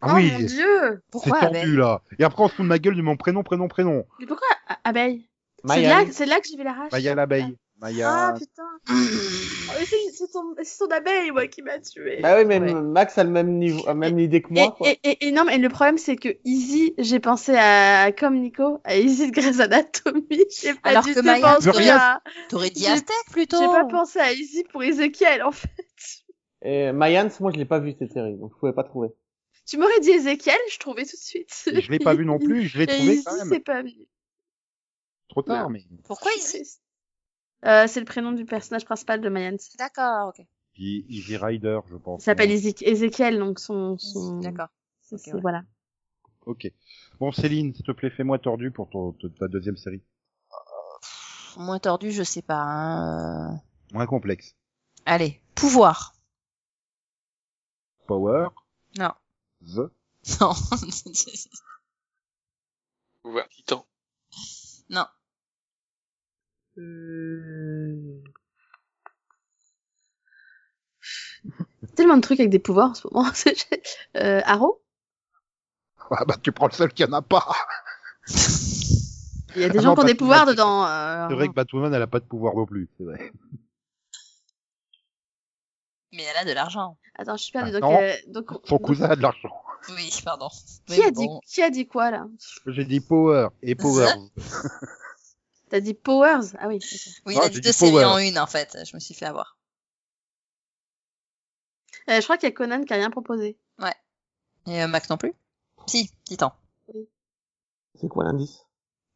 S2: Ah
S6: Oh
S2: oui,
S6: mon dieu
S2: c'est
S3: Pourquoi
S2: tendu
S3: Abel
S2: là. Et après on se fout de ma gueule de mon prénom, prénom, prénom.
S6: Mais pourquoi A- Abeille C'est
S5: Maya.
S6: là, Ah, c'est là que j'ai vu la rage.
S2: Maya l'abeille.
S6: Ah
S2: Maya.
S6: putain Ah, mais C'est c'est son, c'est son abeille, moi, qui m'a tué.
S5: Bah oui, mais
S3: Ouais.
S5: Max a le même niveau, a même idée que
S6: Et,
S5: moi. quoi.
S6: et, et, et non, mais le problème, c'est que Easy, j'ai pensé à, comme Nico, à Easy de Grey's Anatomy. J'ai pas
S3: Alors
S6: du
S3: que
S6: tout
S3: Maya,
S6: pensé
S2: t'aurais-
S6: à...
S3: T'aurais dit
S6: J'ai-
S3: Aztec plutôt.
S6: J'ai pas pensé à Easy pour Ezekiel, en fait.
S5: Et Mayans, moi je l'ai pas vu cette série, donc je pouvais pas trouver.
S6: Tu m'aurais dit Ezekiel, je trouvais tout de suite.
S2: Et je l'ai pas vu non plus, je l'ai
S6: Et
S2: trouvé
S6: Easy,
S2: quand même.
S6: c'est pas venu.
S2: Trop tard, mais.
S3: Pourquoi
S6: Je suis
S3: ici
S6: triste. Euh, c'est le prénom du personnage principal de Mayans.
S3: D'accord, ok.
S2: Puis Easy Rider, je pense.
S6: Il s'appelle Eze- Ezekiel, donc son... son...
S3: D'accord.
S6: c'est-
S3: ok,
S6: c'est-
S3: ouais.
S6: Voilà.
S2: Ok. Bon Céline, s'il te plaît, fais-moi tordu pour ton- ta- ta deuxième série.
S3: Moins tordu, je sais pas. hein, euh.
S2: Moins complexe.
S3: Allez, pouvoir.
S2: Power.
S3: Non.
S2: The.
S3: Non.
S4: Ouais, Titan.
S3: non.
S6: Tellement de trucs avec des pouvoirs en ce moment. C'est- euh, Arrow
S2: Ah bah tu prends le seul qu'il n'y en a pas.
S6: Il y a des
S2: Ah
S6: gens
S2: non,
S6: qui ont
S2: pas
S6: des
S2: tout
S6: pouvoirs
S2: mal, c'est
S6: dedans.
S2: C'est
S6: euh,
S2: vrai que Batwoman, elle a pas de pouvoir non plus. C'est vrai.
S3: Mais elle a de l'argent.
S6: Attends, je suis perdue.
S2: Ah,
S6: Donc,
S2: non.
S6: euh, donc, on-
S2: Son
S6: donc-
S2: cousin a de l'argent.
S3: Oui, pardon.
S6: qui,
S3: Mais
S6: a dit,
S3: bon.
S6: qui a dit quoi là
S2: J'ai dit Power et Powers.
S6: T'as dit Powers Ah oui. ok.
S3: Oui,
S2: Ah,
S3: il a
S2: j'ai
S3: dit
S2: dit
S3: deux séries
S2: Power.
S3: en une en fait. Je me suis fait avoir.
S6: Euh, je crois qu'il y a Conan qui a rien proposé.
S3: Et euh, Max non plus Si, Titan.
S5: C'est quoi l'indice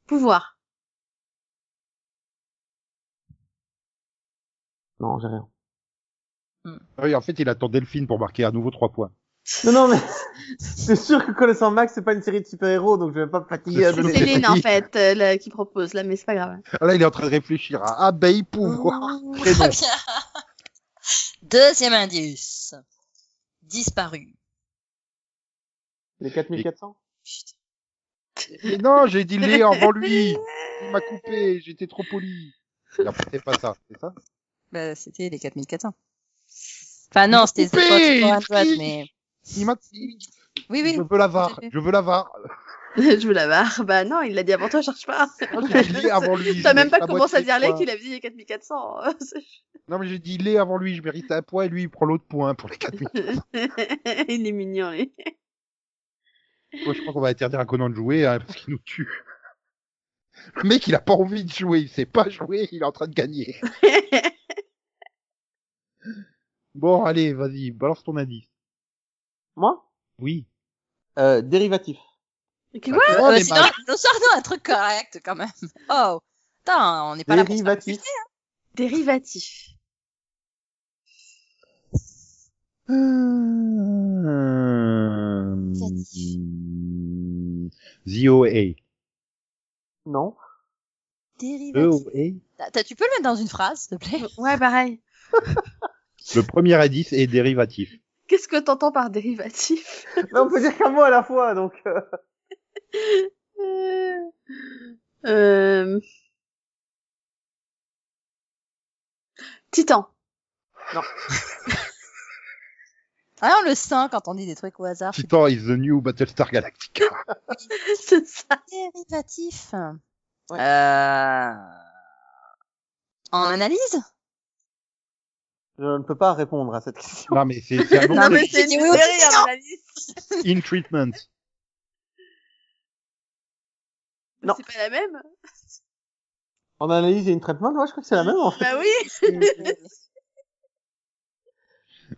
S6: Pouvoir.
S5: Non, j'ai rien.
S2: Ah Oui, en fait, il attend Delphine pour marquer à nouveau trois points.
S5: Non, non, mais c'est sûr que connaissant Max, c'est pas une série de super-héros, donc je vais pas me fatiguer à
S2: C'est
S5: donner.
S2: sûr.
S6: Céline en
S2: Oui.
S6: fait euh, la- qui propose là, mais c'est pas grave.
S2: Ah, Là, il est en train de réfléchir à abeille pouvoir.
S6: Oh.
S2: prénom.
S3: Très bien. Deuxième indice. Disparu.
S5: Les 4400
S2: Et non, j'ai dit les avant lui. Il m'a coupé, j'étais trop poli. Non, c'est pas ça, c'est ça
S3: Bah, c'était les 4400. Enfin non, c'était
S2: coupé,
S3: les
S2: il triche.
S3: mais...
S2: Il m'a dit,
S3: Oui, oui.
S2: je veux la var,
S3: tout à fait.
S2: je veux la var.
S6: je vous la barre. Bah non, il l'a dit avant toi, cherche pas.
S2: J'ai dit les avant lui.
S6: T'as
S2: je
S6: même
S2: mérite
S6: pas
S2: la
S6: commencé à
S2: moitié
S6: dire
S2: des
S6: les
S2: points.
S6: qu'il a dit les 4400.
S2: Non, mais j'ai dit les avant lui, je mérite un point et lui, il prend l'autre point pour les 4000.
S6: il est mignon lui.
S2: Moi, je crois qu'on va interdire à Conan de jouer hein, parce qu'il nous tue. Le mec, il a pas envie de jouer, il sait pas jouer, il est en train de gagner. Bon, allez, vas-y, balance ton indice.
S5: Moi
S2: Oui.
S5: euh, Dérivatif.
S6: Mais Quoi
S2: Oh,
S3: Euh,
S2: mais
S3: sinon,
S2: ma-
S3: nous sortons un truc correct quand même. Oh, attends, on n'est pas là pour se faire
S5: Dérivatif.
S6: Dérivatif.
S2: Euh,
S3: Dérivatif.
S2: ZOA.
S5: Non.
S2: E
S3: dérivatif.
S2: ZOA.
S3: T'as- t'as- Tu peux le mettre dans une phrase, s'il te plaît
S6: Ouais, pareil.
S2: Le premier indice est dérivatif.
S6: Qu'est-ce que t'entends par dérivatif
S5: Mais on peut dire qu'un mot à la fois, donc. euh,
S6: Euh, euh, Titan.
S3: Ouais, Ah on le sent quand on dit des trucs au hasard.
S2: Titan is the new Battlestar Galactica.
S6: C'est ça.
S3: Dérivatif.
S5: Ouais.
S3: Euh... En analyse
S5: Je ne peux pas répondre à cette question.
S2: non, mais c'est c'est un nom
S3: Non,
S2: de-
S3: mais c'est une série, à
S6: hein.
S3: mon
S2: in treatment.
S5: Non.
S6: C'est pas la même
S5: En analyse et une traitement, ouais, je crois que c'est la même, en fait.
S6: Bah oui.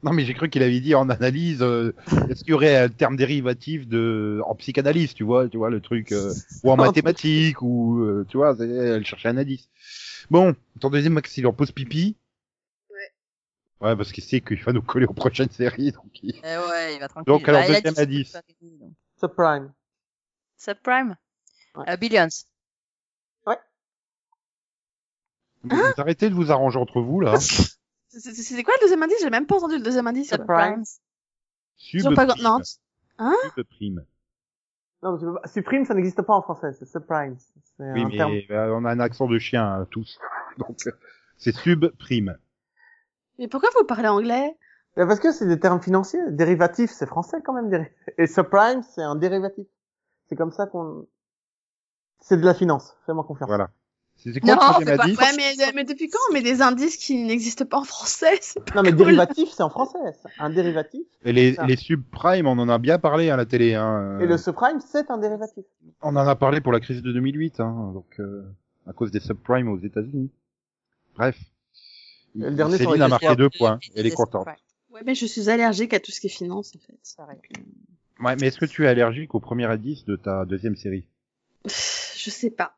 S2: Non, mais j'ai cru qu'il avait dit en analyse, euh, est-ce qu'il y aurait un terme dérivatif de, en psychanalyse, tu vois, tu vois, le truc, euh, ou en mathématiques, ou, euh, tu vois, c'est- elle cherchait un indice. Bon, ton deuxième max, il en pose pipi. Ouais. Ouais, parce qu'il sait qu'il va nous coller aux prochaines séries, donc il-
S3: Eh ouais, il va tranquille. Bah,
S2: Donc, alors,
S3: il a
S2: deuxième
S3: dit-
S2: indice.
S5: Subprime.
S3: Subprime
S5: Ouais.
S3: Euh, Billions.
S2: Vous
S5: Hein
S2: arrêtez de vous arranger entre vous, là.
S6: C'est- c'est- C'était quoi le deuxième indice J'ai même pas entendu le deuxième indice. quoi.
S5: Subprime.
S6: Ils ont pas
S2: Subprime.
S6: Non, Hein
S2: Subprime.
S5: Non, mais tu peux pas- Supprime, ça n'existe pas en français, c'est subprime. C'est
S2: Oui,
S5: un
S2: mais
S5: terme.
S2: euh, on a un accent de chien, hein, tous. Donc, euh, c'est subprime.
S6: Mais pourquoi vous parlez anglais
S5: Mais parce que c'est des termes financiers. Dérivatif, c'est français quand même. déri- Et subprime, c'est un dérivatif. C'est comme ça qu'on... C'est de la finance, fais-moi confiance.
S2: Voilà. C'était quoi
S3: Non,
S2: le
S3: c'est
S2: troisième
S3: pas
S2: indice?
S6: Ouais, mais, mais depuis quand on met des indices qui n'existent pas en français C'est pas
S5: Non, mais
S6: cool.
S5: dérivatif, c'est en français. c'est Un dérivatif.
S2: Et les,
S5: Ça.
S2: les subprimes, on en a bien parlé à la télé. Hein.
S5: Et le subprime, c'est un dérivatif.
S2: On en a parlé pour la crise de 2008, hein, donc euh, à cause des subprimes aux États-Unis. Bref.
S5: Et le dernier, ça aurait
S2: Céline a
S5: été
S2: marqué
S5: quoi
S2: deux points. Elle est contente.
S3: Subprime.
S6: Ouais, mais je suis allergique à tout ce qui est finance en fait.
S2: Ouais, mais est-ce que tu es allergique au premier indice de ta deuxième série
S6: Pff, Je sais pas.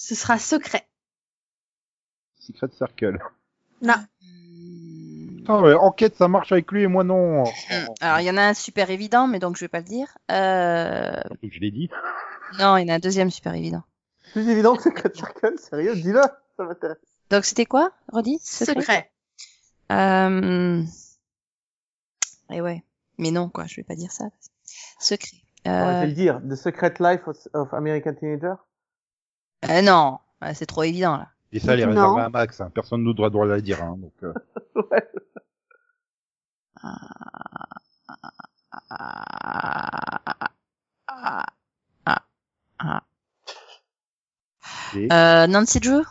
S6: Ce sera secret.
S2: Secret Circle.
S3: Hmm.
S2: Putain, ouais, enquête, ça marche avec lui et moi non.
S3: Hmm. Alors, il y en a un super évident, mais donc je vais pas le dire. Euh...
S2: Surtout que Je l'ai dit.
S3: Non, il y en a un deuxième super évident.
S5: Plus évident que Secret Circle, sérieux, dis-le, ça m'intéresse.
S3: Donc, c'était quoi, Redis
S6: Secret.
S3: Euh... Et ouais. Mais non, quoi, je vais pas dire ça. Secret.
S5: On va le
S3: Euh...
S5: dire, The Secret Life of- of American Teenager.
S3: euh, non, Ouais, c'est trop évident, là.
S2: Et ça, elle est
S6: Non.
S2: réservée à Max. hein. Personne nous doit droit de la dire. Hein, donc, euh,
S3: Ah, ah, ah, ah,
S2: Et-
S3: ah. Euh, Nancy Drew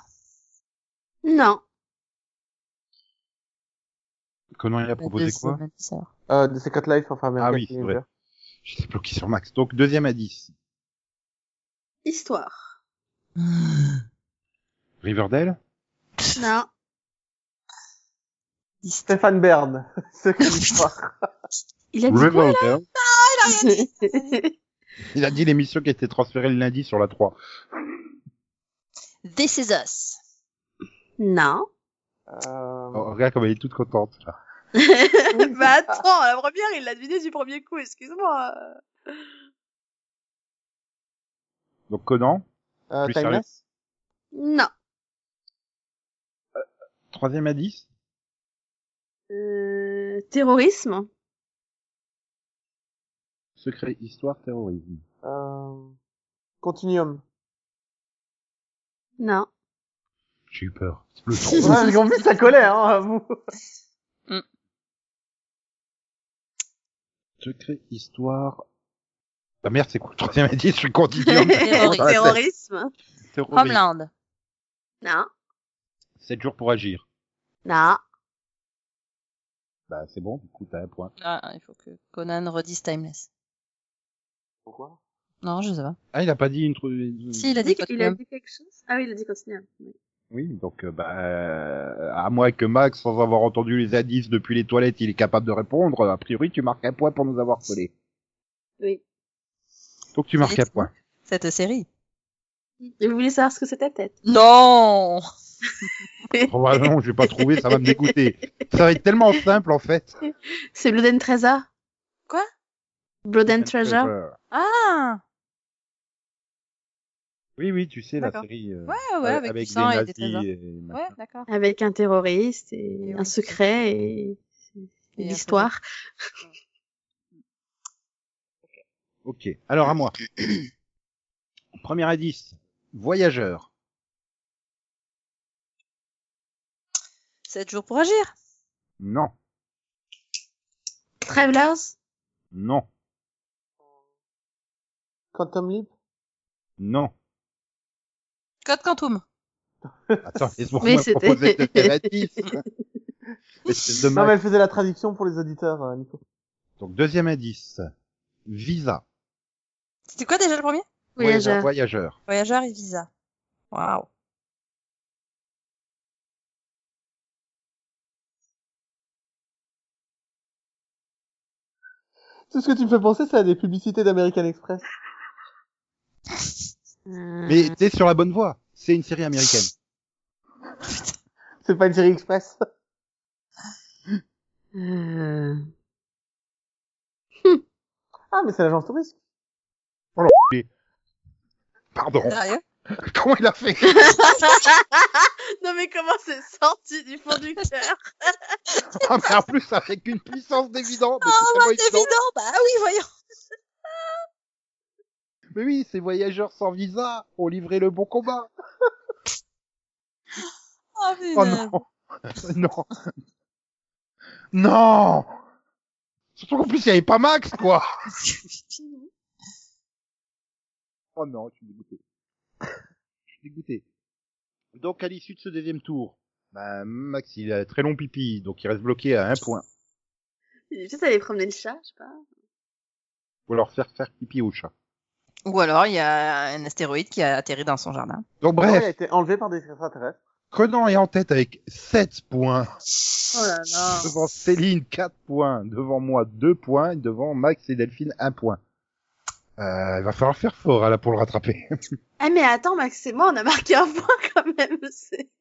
S6: Non.
S2: Conan, il a proposé
S3: Deuxième
S2: quoi
S3: indice, alors.
S5: Euh, The Secret Life of American
S2: Ah oui, c'est
S5: Teenager.
S2: vrai. J'étais bloqué sur Max. Donc, deuxième indice.
S6: Histoire.
S2: Riverdale
S6: Non.
S3: Dist-
S5: Stéphane Bern, Secret Histoire.
S6: Il a dit quoi
S2: Riverdale.
S6: Il
S2: Il a dit l'émission qui a été transférée le lundi sur la 3.
S3: This is us.
S6: Non.
S5: Euh,
S2: Oh, regarde comme elle est toute contente. là.
S6: bah attends, la première, il l'a deviné du premier coup, excuse-moi.
S2: Donc Conan,
S5: euh,
S2: plus sérieux.
S5: Timeless.
S6: Non.
S2: troisième indice.
S6: Euh, terrorisme.
S2: Secret, histoire, terrorisme.
S5: Euh, Continuum.
S6: Non.
S2: J'ai eu peur. Le
S5: Ouais,
S2: trou.
S5: parce qu'en plus, ça collait, hein, à vous.
S2: Secret, histoire. La merde, c'est quoi le troisième indice Je suis continue.
S6: Ah,
S3: Terrorisme.
S6: terrorisme.
S2: Terrorisme.
S3: Homeland.
S6: Non.
S2: 7 jours pour agir.
S6: Non.
S2: Bah c'est bon, du coup t'as un point.
S3: Ah, il faut que Conan redise Timeless.
S5: Pourquoi
S3: Non, je sais pas.
S2: Ah il a pas dit une... tru-
S3: Si, il a dit
S6: Il a
S3: Continuum.
S6: dit quelque chose Ah oui, il a dit continuum. Oui.
S2: Oui, donc euh, bah, euh, à moins que Max, sans avoir entendu les indices depuis les toilettes, il est capable de répondre, a priori tu marques un point pour nous avoir collé.
S6: Oui.
S2: Donc tu marques
S3: Et-
S2: un point.
S3: Cette série.
S6: Et vous voulez savoir ce que c'était peut-être
S3: Non
S2: Probablement, je vais pas trouvé, ça va me dégoûter. Ça va être tellement simple en fait.
S6: C'est Blood and Treasure.
S3: Quoi
S6: Blood and Treasure.
S3: Ah
S2: Oui, oui, tu sais la
S3: D'accord.
S2: série euh,
S3: Ouais, ouais, avec,
S2: avec des
S3: du sang et des
S2: nazis.
S3: trésors.
S2: et machin.
S3: Ouais, d'accord.
S6: Avec un terroriste et
S3: Et
S6: un
S3: oui.
S6: secret et,
S3: Et un
S6: l'histoire.
S2: Ok, alors à moi. Premier indice, voyageur.
S3: 7 jours pour agir.
S2: Non,
S6: Travelers
S2: non,
S5: Quantum Leap.
S2: non.
S3: Code Quantum.
S2: Attends, laisse-moi
S6: Mais
S2: me
S6: c'était-
S2: proposer des indices. Espèce de
S5: Non, mais
S2: mal.
S5: elle faisait la traduction pour les auditeurs, euh, Nico.
S2: Donc deuxième indice, visa.
S3: C'était quoi déjà le premier
S6: Voyageur.
S2: Voyageur.
S3: Voyageur et Visa. Waouh.
S5: Tout ce que tu me fais penser, c'est à des publicités d'American Express.
S6: Euh,
S2: Mais t'es sur la bonne voie. C'est une série américaine.
S5: C'est pas une série Express.
S6: euh,
S5: Ah, mais c'est l'agence touriste.
S2: Pardon.
S3: Sérieux
S2: Comment il a fait
S6: non mais comment c'est sorti du fond du cœur
S2: Ah, mais en plus, avec une puissance d'évident. Mais,
S3: Oh,
S2: c'est
S3: bah,
S2: tellement
S3: c'est
S2: évident.
S3: évident Bah oui, voyons
S2: mais oui, ces voyageurs sans visa ont livré le bon combat.
S3: Oh,
S2: Oh
S3: punaise.
S2: non Non Non Surtout qu'en plus, il n'y avait pas Max, quoi Oh non, je suis dégoûté. Je suis dégoûté. Donc, à l'issue de ce deuxième tour, bah, Max, il a un très long pipi, donc il reste bloqué à un point.
S6: Il est juste allé promener le chat, je sais pas.
S2: Ou alors faire faire pipi au chat.
S3: Ou alors, il y a un astéroïde qui a atterri dans son jardin.
S2: Donc,
S5: Ouais, Elle
S2: bref,
S5: a été enlevée par des extraterrestres.
S2: Conan est en tête avec 7 points.
S6: Oh là là.
S2: Devant Céline, 4 points. Devant moi, 2 points. Devant Max et Delphine, 1 point. Euh, il va falloir faire fort hein, là pour le rattraper.
S6: Ah mais attends Max et moi on a marqué un point quand même. c'est-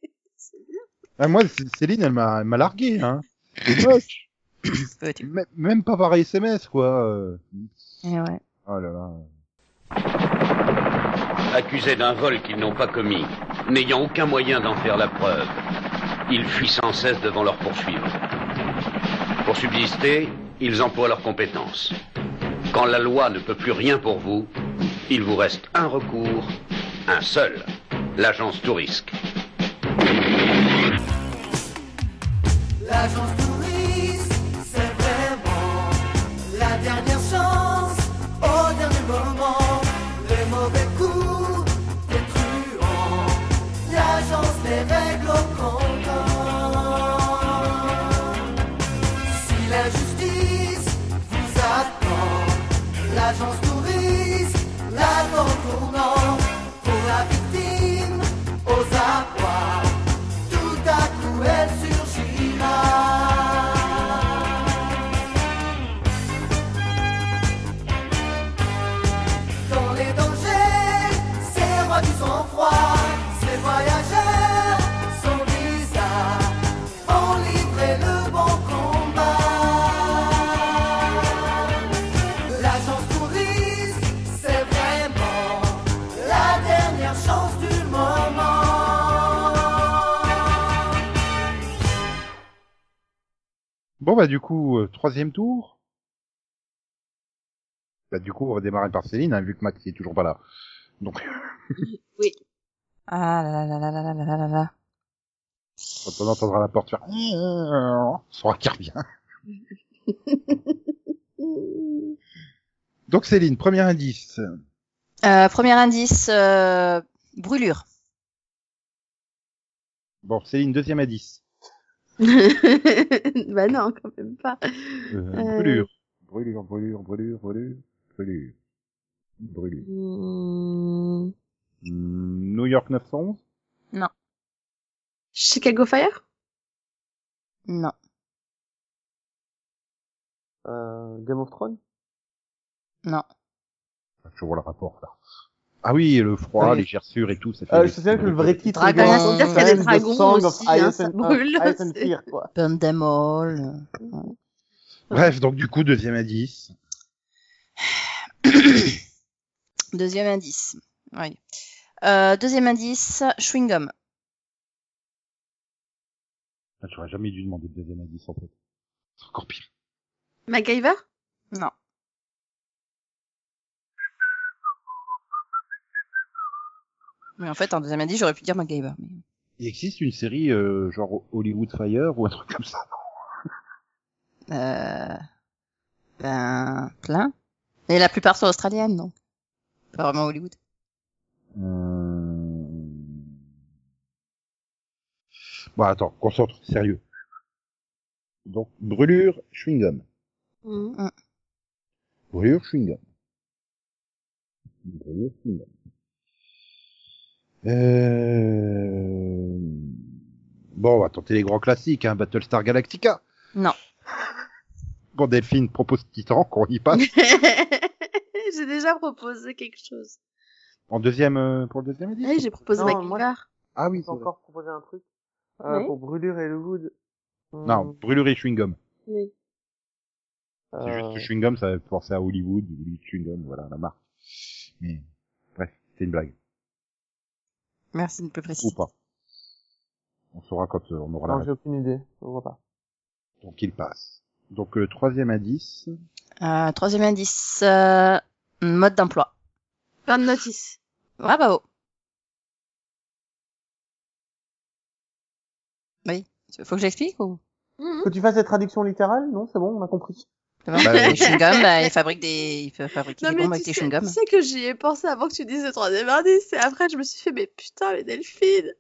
S2: Ah, moi, C- Céline, elle m'a elle m'a largué. Hein. C'est moche.
S3: Ouais, tu-
S2: M- même pas par SMS, quoi. euh.
S3: Eh ouais.
S2: Oh là là.
S7: accusés d'un vol qu'ils n'ont pas commis, n'ayant aucun moyen d'en faire la preuve. Ils fuient sans cesse devant leurs poursuivants. Pour subsister, ils emploient leurs compétences. Quand la loi ne peut plus rien pour vous, il vous reste un recours, un seul, l'agence Tourisque.
S8: L'agence touriste, c'est vraiment la dernière chance au dernier moment. Les mauvais coups, les truands, l'agence les règles au comptant. Si la justice vous attend, l'agence touriste l'attend au tournant. Pour la victime, aux abois, tout à coup elle surgira. Dans les dangers, c'est roi du sang-froid. Ces voyageurs sont bizarres, ont livré le bon combat. L'agence touriste, c'est vraiment la dernière chance du moment.
S2: Bon, bah, du coup, euh, troisième tour. Bah, du coup, on va démarrer par Céline, hein, vu que Max il est toujours pas là. Donc,
S3: Ah là là là là là là là là là.
S2: quand on entendra la porte faire, on saura qui revient. Donc, Céline, premier indice.
S3: Euh, premier indice, euh, brûlure.
S2: Bon, Céline, deuxième indice.
S6: bah non quand même pas.
S2: Euh, Brûlure. Brûlure, brûlure, brûlure, brûlure, brûlure. Brûlure.
S6: Hmm.
S2: Hmm, New York 911?
S3: Non.
S6: Chicago Fire
S3: Non.
S5: Euh, Game of Thrones
S3: Non.
S2: Je vois le rapport, là. Ah oui, le froid,
S5: Ouais.
S2: les gerçures et tout, ça fait...
S5: euh, Je sais que le vrai titre
S3: Dragon,
S5: Game of
S3: c'est-à-dire
S5: Thrones,
S3: qu'il y a des
S5: c'est
S6: dragons
S5: The Song of
S6: aussi, hein,
S5: Ice
S6: ça
S5: and-
S6: brûle,
S5: Ice and
S6: c'est-
S5: Fear, ah, quoi.
S3: Burn them all.
S2: Bref, donc du coup, deuxième indice.
S3: Deuxième indice. Oui. Euh, deuxième indice, chewing gum.
S2: Ah, J'aurais jamais dû demander le deuxième indice, en fait. C'est encore pire.
S6: MacGyver
S3: Non. Mais en fait, en deuxième indice, j'aurais pu dire MacGyver. mais-
S2: Il existe une série euh, genre Hollywood Fire ou un truc comme ça
S3: Euh... Ben, plein. Mais la plupart sont australiennes, donc. Pas vraiment Hollywood.
S2: Euh, Bon, attends, concentre, sérieux. Donc, brûlure, chewing-gum.
S6: Hmm.
S2: Brûlure, chewing-gum. Brûlure, chewing-gum. Euh... Bon, on va tenter les grands classiques, hein, Battlestar Galactica.
S3: Non.
S2: Quand Delphine propose Titan, qu'on y passe.
S6: J'ai déjà proposé quelque chose.
S2: En deuxième, euh, pour le deuxième indice
S6: Ah oui, j'ai proposé
S5: Non,
S6: MacGyver.
S5: moi-
S2: Ah
S5: Ils
S2: oui,
S5: ont
S2: encore.
S5: encore proposé un truc euh,
S6: Oui.
S5: pour Brûlure et le Wood.
S2: Non, brûlure et chewing-gum.
S6: Oui.
S5: Euh,
S2: C'est juste que chewing-gum, ça fait penser à Hollywood, Hollywood chewing-gum, voilà, la marque. Mais, bref, c'est une blague.
S3: Merci de plus
S2: Ou
S3: préciser.
S2: pas. On saura quand euh, on aura la
S5: Non, j'ai
S2: réponse.
S5: aucune idée. On voit pas.
S2: Donc, il passe. Donc, le troisième indice.
S3: Euh, troisième indice, euh, mode d'emploi.
S6: Burn Notice.
S3: Bravo. Oui. Faut que j'explique ou
S6: Mhm.
S5: Que tu fasses cette traduction littérale Non, c'est bon, on a compris.
S3: C'est bon
S2: Bah,
S3: Les chewing-gums, bah, ils fabriquent des, ils peuvent fabriquer
S6: Non,
S3: des
S6: mais
S3: bombes
S6: tu
S3: avec des
S6: sais-
S3: chewing-gums.
S6: Tu sais que j'y ai pensé avant que tu dises le troisième indice, et après je me suis fait, mais putain, mais Delphine,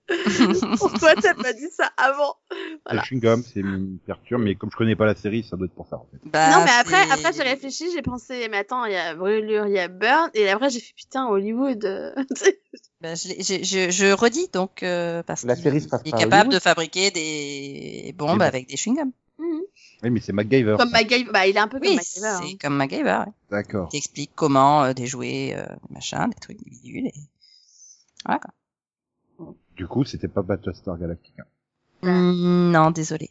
S6: pourquoi t'as pas dit ça avant Voilà.
S2: Le chewing-gum, c'est une perturbe, mais comme je connais pas la série, ça doit être pour ça, en fait.
S3: Bah,
S6: Non, mais après,
S3: c'est-
S6: après j'ai réfléchi, j'ai pensé, mais attends, il y a brûlure, il y a burn, et après j'ai fait, putain, Hollywood. euh,
S3: Bah, je, l'ai- j'ai- je, je redis donc euh, parce
S5: La
S3: qu'il
S5: série se passe
S3: il est
S5: pas à
S3: capable de
S5: Hollywood.
S3: fabriquer des bombes
S2: bon.
S3: avec des chewing-gums.
S6: Mhm.
S2: Oui, mais c'est MacGyver.
S6: Comme MacGyver, bah il est un peu comme
S3: Oui,
S6: MacGyver. hein.
S3: c'est comme MacGyver. ouais.
S2: D'accord.
S3: Il t'explique comment euh, déjouer euh, des machins, des trucs, des bidules. Et...
S2: Du coup, c'était pas Battlestar Galactica.
S3: Mm, non, désolé.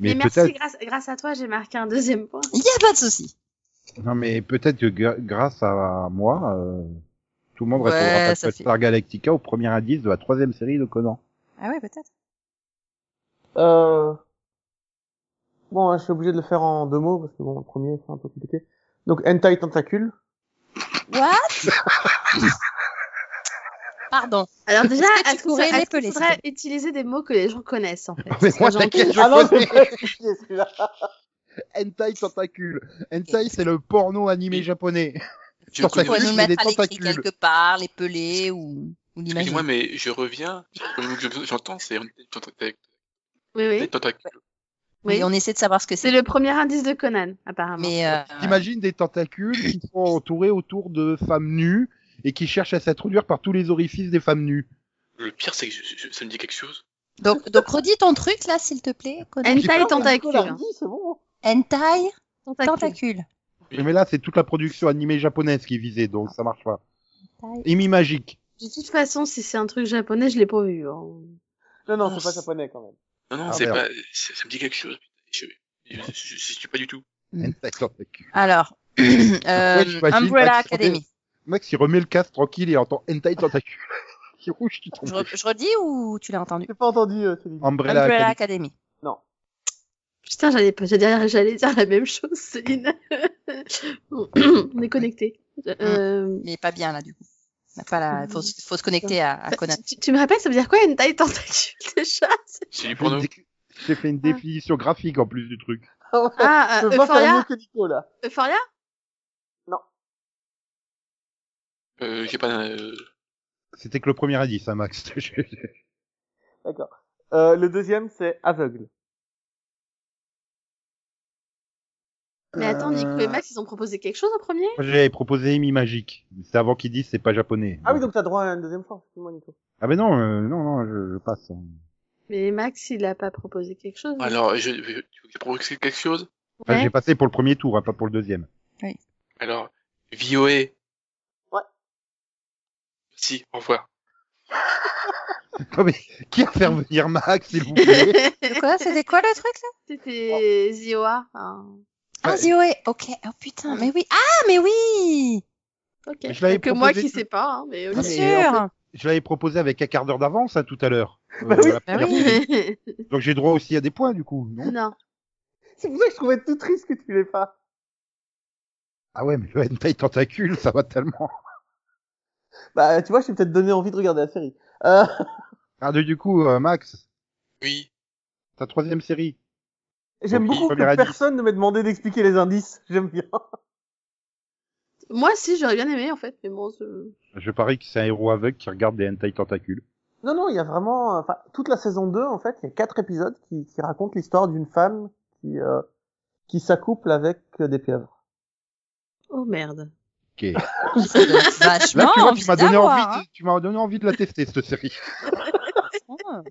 S6: Mais,
S2: Mais,
S6: merci,
S2: peut-être,
S6: grâce, grâce à toi, j'ai marqué un deuxième point.
S3: Il y a pas de souci.
S2: non, mais peut-être que gra- grâce à moi, euh, tout le monde
S3: Ouais,
S2: répondra
S3: ça fait-
S2: Battlestar Galactica au premier indice de la troisième série de Conan.
S3: Ah ouais, peut-être.
S5: Euh... Bon, hein, je suis obligé de le faire en deux mots, parce que bon, le premier, c'est un peu compliqué. Donc, Hentai Tentacule.
S3: What Pardon.
S6: Alors déjà,
S3: Est-ce que tu
S6: est-ce qu'on
S3: pourrais
S6: est-ce
S3: l'épeler,
S6: qu'il faudrait utiliser des mots que les gens connaissent en fait
S2: Mais
S6: Ce
S2: moi,
S6: serait
S2: t'inquiète,
S6: gentil.
S2: je
S5: ah non,
S2: connais.
S5: c'est pas expliqué, celui-là.
S2: Hentai tentacule. Hentai, c'est le porno animé japonais.
S4: Je
S2: Sur
S4: connais-
S2: ta
S3: Faut
S2: cuisse,
S3: nous
S2: il y a des
S3: mettre à l'écrit
S2: tentacules.
S3: quelque part, les peler ou, ou l'imaginer.
S4: Excusez-moi, mais je reviens. Le mot que je- j'entends, c'est tentacule.
S6: Oui, oui.
S3: Oui,
S6: oui.
S3: on essaie de savoir ce que
S6: C'est
S3: c'est.
S6: le premier indice de Conan, apparemment.
S3: Mais euh,
S2: T'imagines des tentacules qui sont entourés autour de femmes nues et qui cherchent à s'introduire par tous les orifices des femmes nues.
S4: Le pire, c'est que je- je- ça me dit quelque chose.
S3: donc, donc redis ton truc là, s'il te plaît. Conan.
S6: Hentai et
S5: Nicolas
S6: tentacule.
S5: dit, c'est bon.
S3: Hentai,
S6: Tentacule.
S3: tentacule.
S4: Oui.
S2: Mais là, c'est toute la production animée japonaise qui est visée, donc ça marche pas.
S3: Hentai.
S2: Imi magique.
S6: hein. De toute façon, si c'est un truc japonais, je l'ai pas vu. hein.
S5: Non, non, c'est pas japonais, quand même.
S4: Non, non,
S2: Ah,
S4: c'est pas.
S2: merde. Ah.
S4: Ça ça me dit quelque chose. Je je- je- je- je suis pas du tout.
S2: Hentai tentacule.
S3: Alors, euh,
S2: j'imagine,
S3: Umbrella
S2: Max,
S3: Academy.
S2: Max, il remet le casque tranquille et entend hentai tentacule. il rouge, il
S3: Je,
S2: tombe.
S3: re- je redis ou tu l'as entendu
S5: J'ai pas entendu, euh, Céline.
S2: Umbrella,
S3: Umbrella
S2: Academy.
S3: Academy.
S6: Putain, j'allais pas, j'allais, j'allais dire la même chose, Céline. On est connectés. Euh,
S3: mais pas bien là du coup. On n'a pas la... faut, se- faut se connecter à, à Conan.
S6: tu, tu me rappelles, ça veut dire quoi une taille tentacule déjà
S4: C'est du porno.
S2: J'ai fait une définition graphique en plus du truc.
S5: Ah, ouais.
S6: Ah,
S5: je
S6: euh,
S5: peux pas faire mieux
S6: Euphoria
S5: que Nico, là.
S6: Euphoria
S4: Euh, J'ai pas. euh,
S2: C'était que le premier indice, hein, Max. Je-
S5: D'accord. Euh, le deuxième, c'est Aveugle.
S6: Mais attends, Nico
S2: Euh.
S6: et Max, ils ont proposé quelque chose en premier
S2: Moi, J'avais proposé Amy Magique. C'est avant qu'ils disent c'est pas japonais.
S5: Ah oui, donc t'as droit à une deuxième chance, excuse-moi, Nico.
S2: Ah ben non, euh, non, non, je, je passe.
S6: Mais Max, il a pas proposé quelque chose. hein.
S4: Alors, je, je, tu veux que je propose quelque chose
S2: Enfin,
S6: Ouais.
S2: J'ai passé pour le premier tour, hein, pas pour le deuxième.
S4: Alors, VOA.
S5: Ouais.
S4: Si, au revoir.
S2: Non, mais qui a fait revenir Max, s'il vous plaît
S3: Quoi C'était quoi le truc là
S6: C'était Zioa. hein.
S3: Ah, Zoé. Ok. Oh putain. Mais oui. Ah, mais oui.
S6: Ok.
S2: Mais je l'avais
S6: Que moi
S2: proposé
S6: qui
S2: tout-
S6: sais pas, hein, mais
S2: Ah,
S3: Bien
S6: ok.
S2: mais
S3: sûr.
S2: Je l'avais proposé avec un quart d'heure d'avance hein, tout à l'heure. Euh,
S5: Bah oui.
S2: la première
S3: oui.
S2: fois. Donc j'ai droit aussi à des points, du coup, non
S6: non.
S5: C'est pour ça que je trouvais tout triste que tu l'aies pas.
S2: Ah ouais, mais le hentai tentacule, ça va tellement.
S5: Bah, tu vois, je suis peut-être donné envie de regarder la série. Euh,
S2: Ah, donc, du coup, euh, Max,
S4: Oui.
S2: ta troisième série.
S5: j'aime
S2: Ok,
S5: beaucoup
S2: premier
S5: que
S2: indice.
S5: personne ne m'ait demandé d'expliquer les indices. J'aime bien.
S6: Moi, si, j'aurais bien aimé, en fait, mais bon, je-
S2: Je parie que c'est un héros aveugle qui regarde des hentai tentacules.
S5: Non, non, il y a vraiment, enfin, toute la saison 2, en fait, il y a quatre épisodes qui, qui racontent l'histoire d'une femme qui, euh, qui s'accouple avec euh, des pieuvres.
S6: oh merde.
S2: Ok.
S3: Vachement.
S2: Là, tu vois, tu
S3: envie
S2: m'as donné
S3: d'avoir,
S2: envie, de- tu m'as donné envie de la tester cette série.
S3: hein. Ah.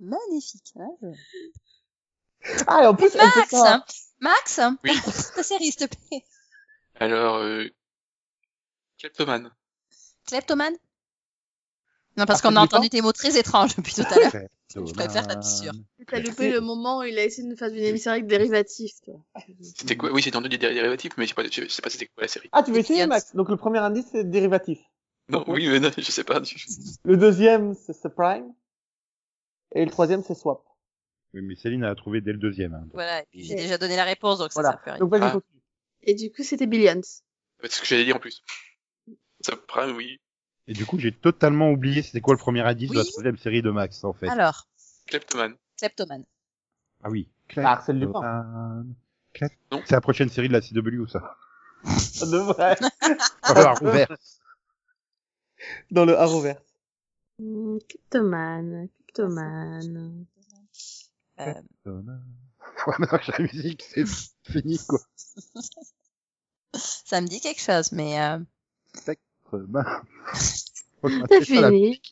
S3: Magnifique. hein, je-
S5: Ah, et en plus, elle fait ça.
S3: Max, Max,
S4: Oui.
S3: ta série, s'il te plaît.
S4: Alors, euh, Kleptoman.
S3: Kleptomane Non, parce
S2: Ah,
S3: qu'on
S2: c'est
S3: a
S2: du
S3: entendu tes mots très étranges depuis tout à l'heure.
S2: Je
S3: préfère la fissure.
S6: T'as loupé le moment où il a essayé de nous faire une émission avec dérivatif, toi.
S4: C'était quoi Oui, c'est dans deux des dérivatifs, mais je sais pas, je sais pas c'était quoi la série.
S5: Ah, tu veux essayer,
S3: Yes.
S5: Max? Donc, le premier indice, c'est dérivatif.
S4: Non, oui, mais non, je sais pas.
S5: Le deuxième, c'est subprime. Et le troisième, c'est swap.
S2: Oui, mais Céline a trouvé dès le deuxième. hein.
S3: Voilà, et puis j'ai
S5: Et-
S3: déjà donné la réponse, donc ça
S5: Voilà.
S3: sert plus à rien.
S5: Donc, vas-y,
S4: Ah.
S5: continue.
S6: Et du coup, c'était Billions.
S4: C'est ce que j'allais dire en plus. Subprime, oui.
S2: Et du coup, j'ai totalement oublié c'était quoi le premier indice de la
S3: Oui.
S2: troisième série de Max, en fait.
S3: Alors,
S4: Kleptoman.
S3: Kleptomane.
S2: Ah oui.
S5: Bah, Arsène Lupin.
S2: Kleptoman. Klep-
S4: Non.
S2: C'est la prochaine série de la CW, ça.
S5: Ça devrait être
S2: Voilà, ouvert.
S5: dans le Arrowverse.
S6: Hmm, Cryptoman, Cryptoman.
S2: Voilà, la musique, c'est fini, quoi.
S3: Ça me dit quelque chose, mais euh,
S2: Euh, bah. Faut que je
S6: T'as
S2: m'attache à Ah, la-
S6: fini.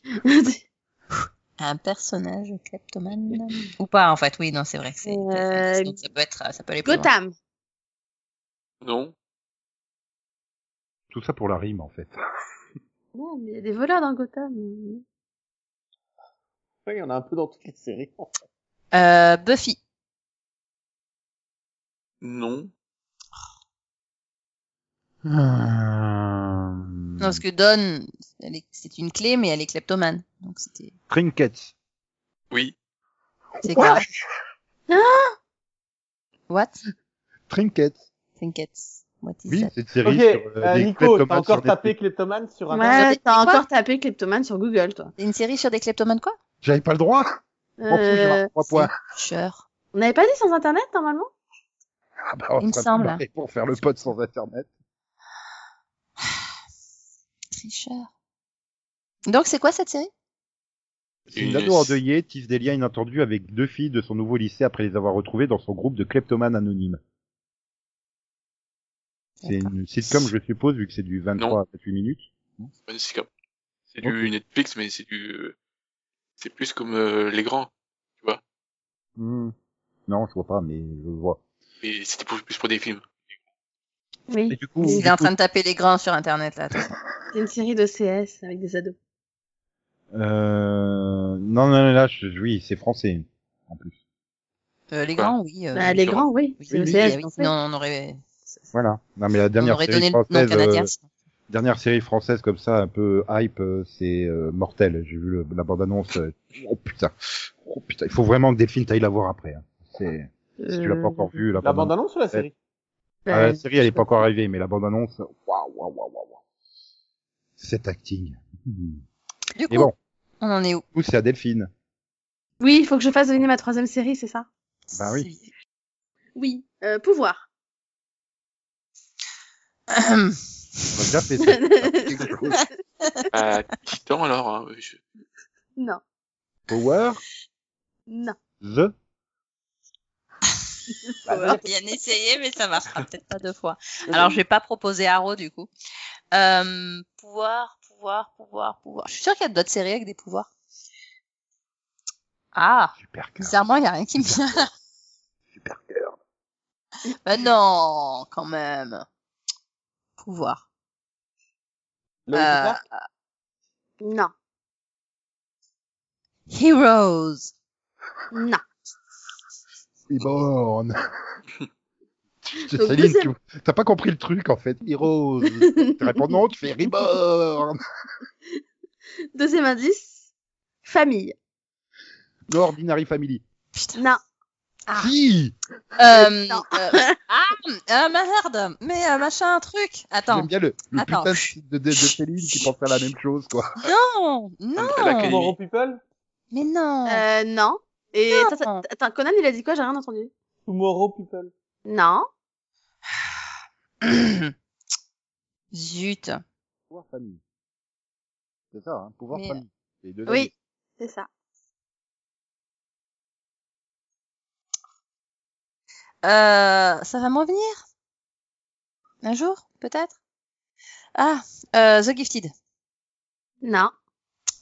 S3: un personnage kleptomane ou pas en fait Oui, non, c'est vrai que c'est.
S6: Euh,
S3: donc ça peut être, ça peut aller plus loin.
S6: Gotham.
S4: Non.
S2: Tout ça pour la rime, en fait.
S6: Non, mais il y a des voleurs dans Gotham.
S5: Ouais, Il y en a un peu dans toutes les séries.
S3: Euh, Buffy.
S4: Non.
S5: Euh,
S3: Non, parce que Dawn, elle est- c'est une clé, mais elle est kleptomane. Donc c'était.
S2: Trinkets.
S4: Oui.
S3: C'est quoi
S6: Ah
S3: What
S2: Trinkets.
S3: Trinkets. What is
S2: Oui,
S3: that
S2: c'est une série
S5: Ok,
S2: sur euh,
S5: euh,
S2: des
S5: Nico, t'as
S2: kleptomanes sur
S5: encore
S2: des-
S5: tapé Kleptoman sur un...
S3: Internet,
S6: Ouais,
S3: c'est
S6: t'as
S3: quoi
S6: encore tapé Cryptoman sur Google, toi.
S3: Une série sur des kleptomanes quoi
S2: J'avais pas le droit. M'en fous, je vais
S6: Euh,
S2: avoir trois points.
S3: Sure.
S6: on n'avait pas dit sans Internet, normalement
S2: Ah bah, on
S3: il me
S2: sera
S3: semble.
S2: barré Pour faire le pote sans internet.
S3: Tricheur. Donc c'est quoi cette série
S2: C'est une
S4: Une-
S2: ado endeuillée tisse des liens inattendus avec deux filles de son nouveau lycée après les avoir retrouvées dans son groupe de kleptomanes anonymes. C'est
S3: D'accord.
S2: une sitcom, je suppose, vu que c'est du 23 à 28 minutes.
S4: C'est pas une sitcom. C'est du Netflix, mais c'est du. euh, C'est plus comme euh, Les Grands.
S2: Hmm. Non, je vois pas, mais je vois.
S4: Et c'était pour- plus pour des films.
S6: Oui.
S2: Et du coup,
S3: Il
S2: du
S3: est en
S2: coup,
S3: train de taper les grands sur internet là. attention.
S6: C'est une série de CS avec des ados.
S2: euh... non, non, non, là, je... oui, c'est français.
S3: Euh, les
S4: Quoi
S3: grands, oui. euh,
S6: bah, les
S4: sur-
S6: grands, oui.
S3: oui,
S6: c'est le
S3: oui,
S6: CS
S3: oui,
S6: français.
S3: sinon on aurait,
S2: Voilà. Non, mais la
S3: on
S2: dernière
S3: aurait
S2: série
S3: donné le nom
S2: française,
S3: canadien.
S2: euh,
S3: sinon.
S2: dernière série française comme ça, un peu hype, euh, c'est euh, Mortel. J'ai vu le- la bande-annonce. euh, Oh putain, oh putain, il faut vraiment que Delphine t'aille la voir après. hein. C'est- Si
S6: Euh,
S2: tu l'as pas encore vue, la,
S5: La
S2: bande-annonce.
S5: bande-annonce ou la série
S6: bah,
S2: Ah, la série, elle est pas encore arrivée, mais la bande-annonce, waouh, waouh, waouh, waouh. waouh. Cet acting. Hmm.
S3: Du coup,
S2: Mais bon,
S3: on en est où
S2: du coup, c'est à Delphine.
S6: Oui, il faut que je fasse deviner ma troisième série, c'est ça
S2: Bah oui.
S6: Oui. Euh, pouvoir.
S2: On a déjà fait
S6: Ah.
S2: ça. Quelque chose.
S4: À Titan, alors. hein, je-
S6: non.
S2: Power,
S6: Non.
S2: The, Bah,
S3: Pouvoir, Bien essayé, mais ça marchera peut-être pas deux fois. Alors, je vais pas proposer Arrow du coup. Euh, pouvoir, pouvoir, pouvoir, pouvoir. Je suis sûre qu'il y a d'autres séries avec des pouvoirs. Ah,
S2: Super cœur.
S3: bizarrement, il n'y a rien qui me vient.
S2: Super cœur.
S3: Bah non, quand même. Pouvoir.
S5: Loïc
S3: Euh,
S5: Clark
S6: Non,
S3: Heroes.
S6: non.
S2: Reborn. C'est
S6: Donc,
S2: Céline,
S6: deuxième-
S2: tu- t'as pas compris le truc en fait. Heroes. tu réponds non, tu fais Reborn.
S6: Deuxième indice, famille.
S2: No Ordinary Family.
S3: Putain.
S6: Non,
S2: Ah, Si
S3: Euh,
S6: Non.
S3: euh, ah, euh, merde. Mais euh, machin, un truc. Attends.
S2: J'aime bien le, le
S3: Attends.
S2: putain de, de, de Céline qui pense faire la même chose quoi.
S3: Non, non.
S4: À l'académie.
S5: Tomorrow People
S3: Mais non.
S6: euh, non. Et
S3: Non.
S6: attends, attends, attends, Conan, il a dit quoi J'ai rien entendu.
S5: Tomorrow People.
S6: Non.
S2: Euh.
S3: Zut.
S2: Pouvoir famille. C'est ça, hein, pouvoir
S3: Mais-
S2: famille. Les deux amis.
S6: Oui, c'est ça.
S3: Euh, ça va m'en venir Un jour, peut-être Ah, euh, The Gifted.
S6: Non.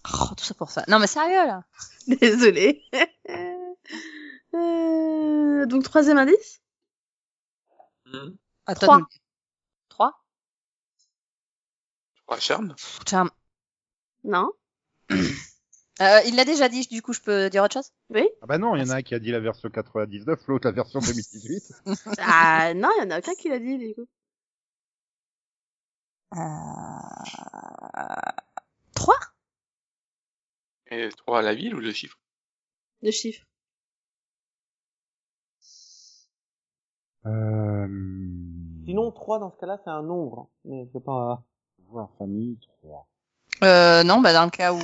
S3: Oh, tout ça pour ça. Non, mais sérieux, là
S6: Désolée. Euh, donc troisième indice
S4: Hum,
S3: Attends.
S6: Trois.
S3: Trois
S4: je crois, Charme
S3: Pff, charme.
S6: Non.
S3: Euh, il l'a déjà dit, du coup, je peux dire autre chose
S2: Ah bah non, il y en a un qui a dit la version 99, l'autre la version 2018.
S6: Ah non, il y en a aucun qui l'a dit du coup.
S3: euh... Trois
S4: Et 3 à la ville ou le chiffre
S6: De chiffre.
S2: Euh...
S5: Sinon, 3 dans ce cas-là, c'est un nombre. hein. Mais c'est pas...
S2: Pouvoir famille 3.
S3: Euh, non, bah, dans le cas où...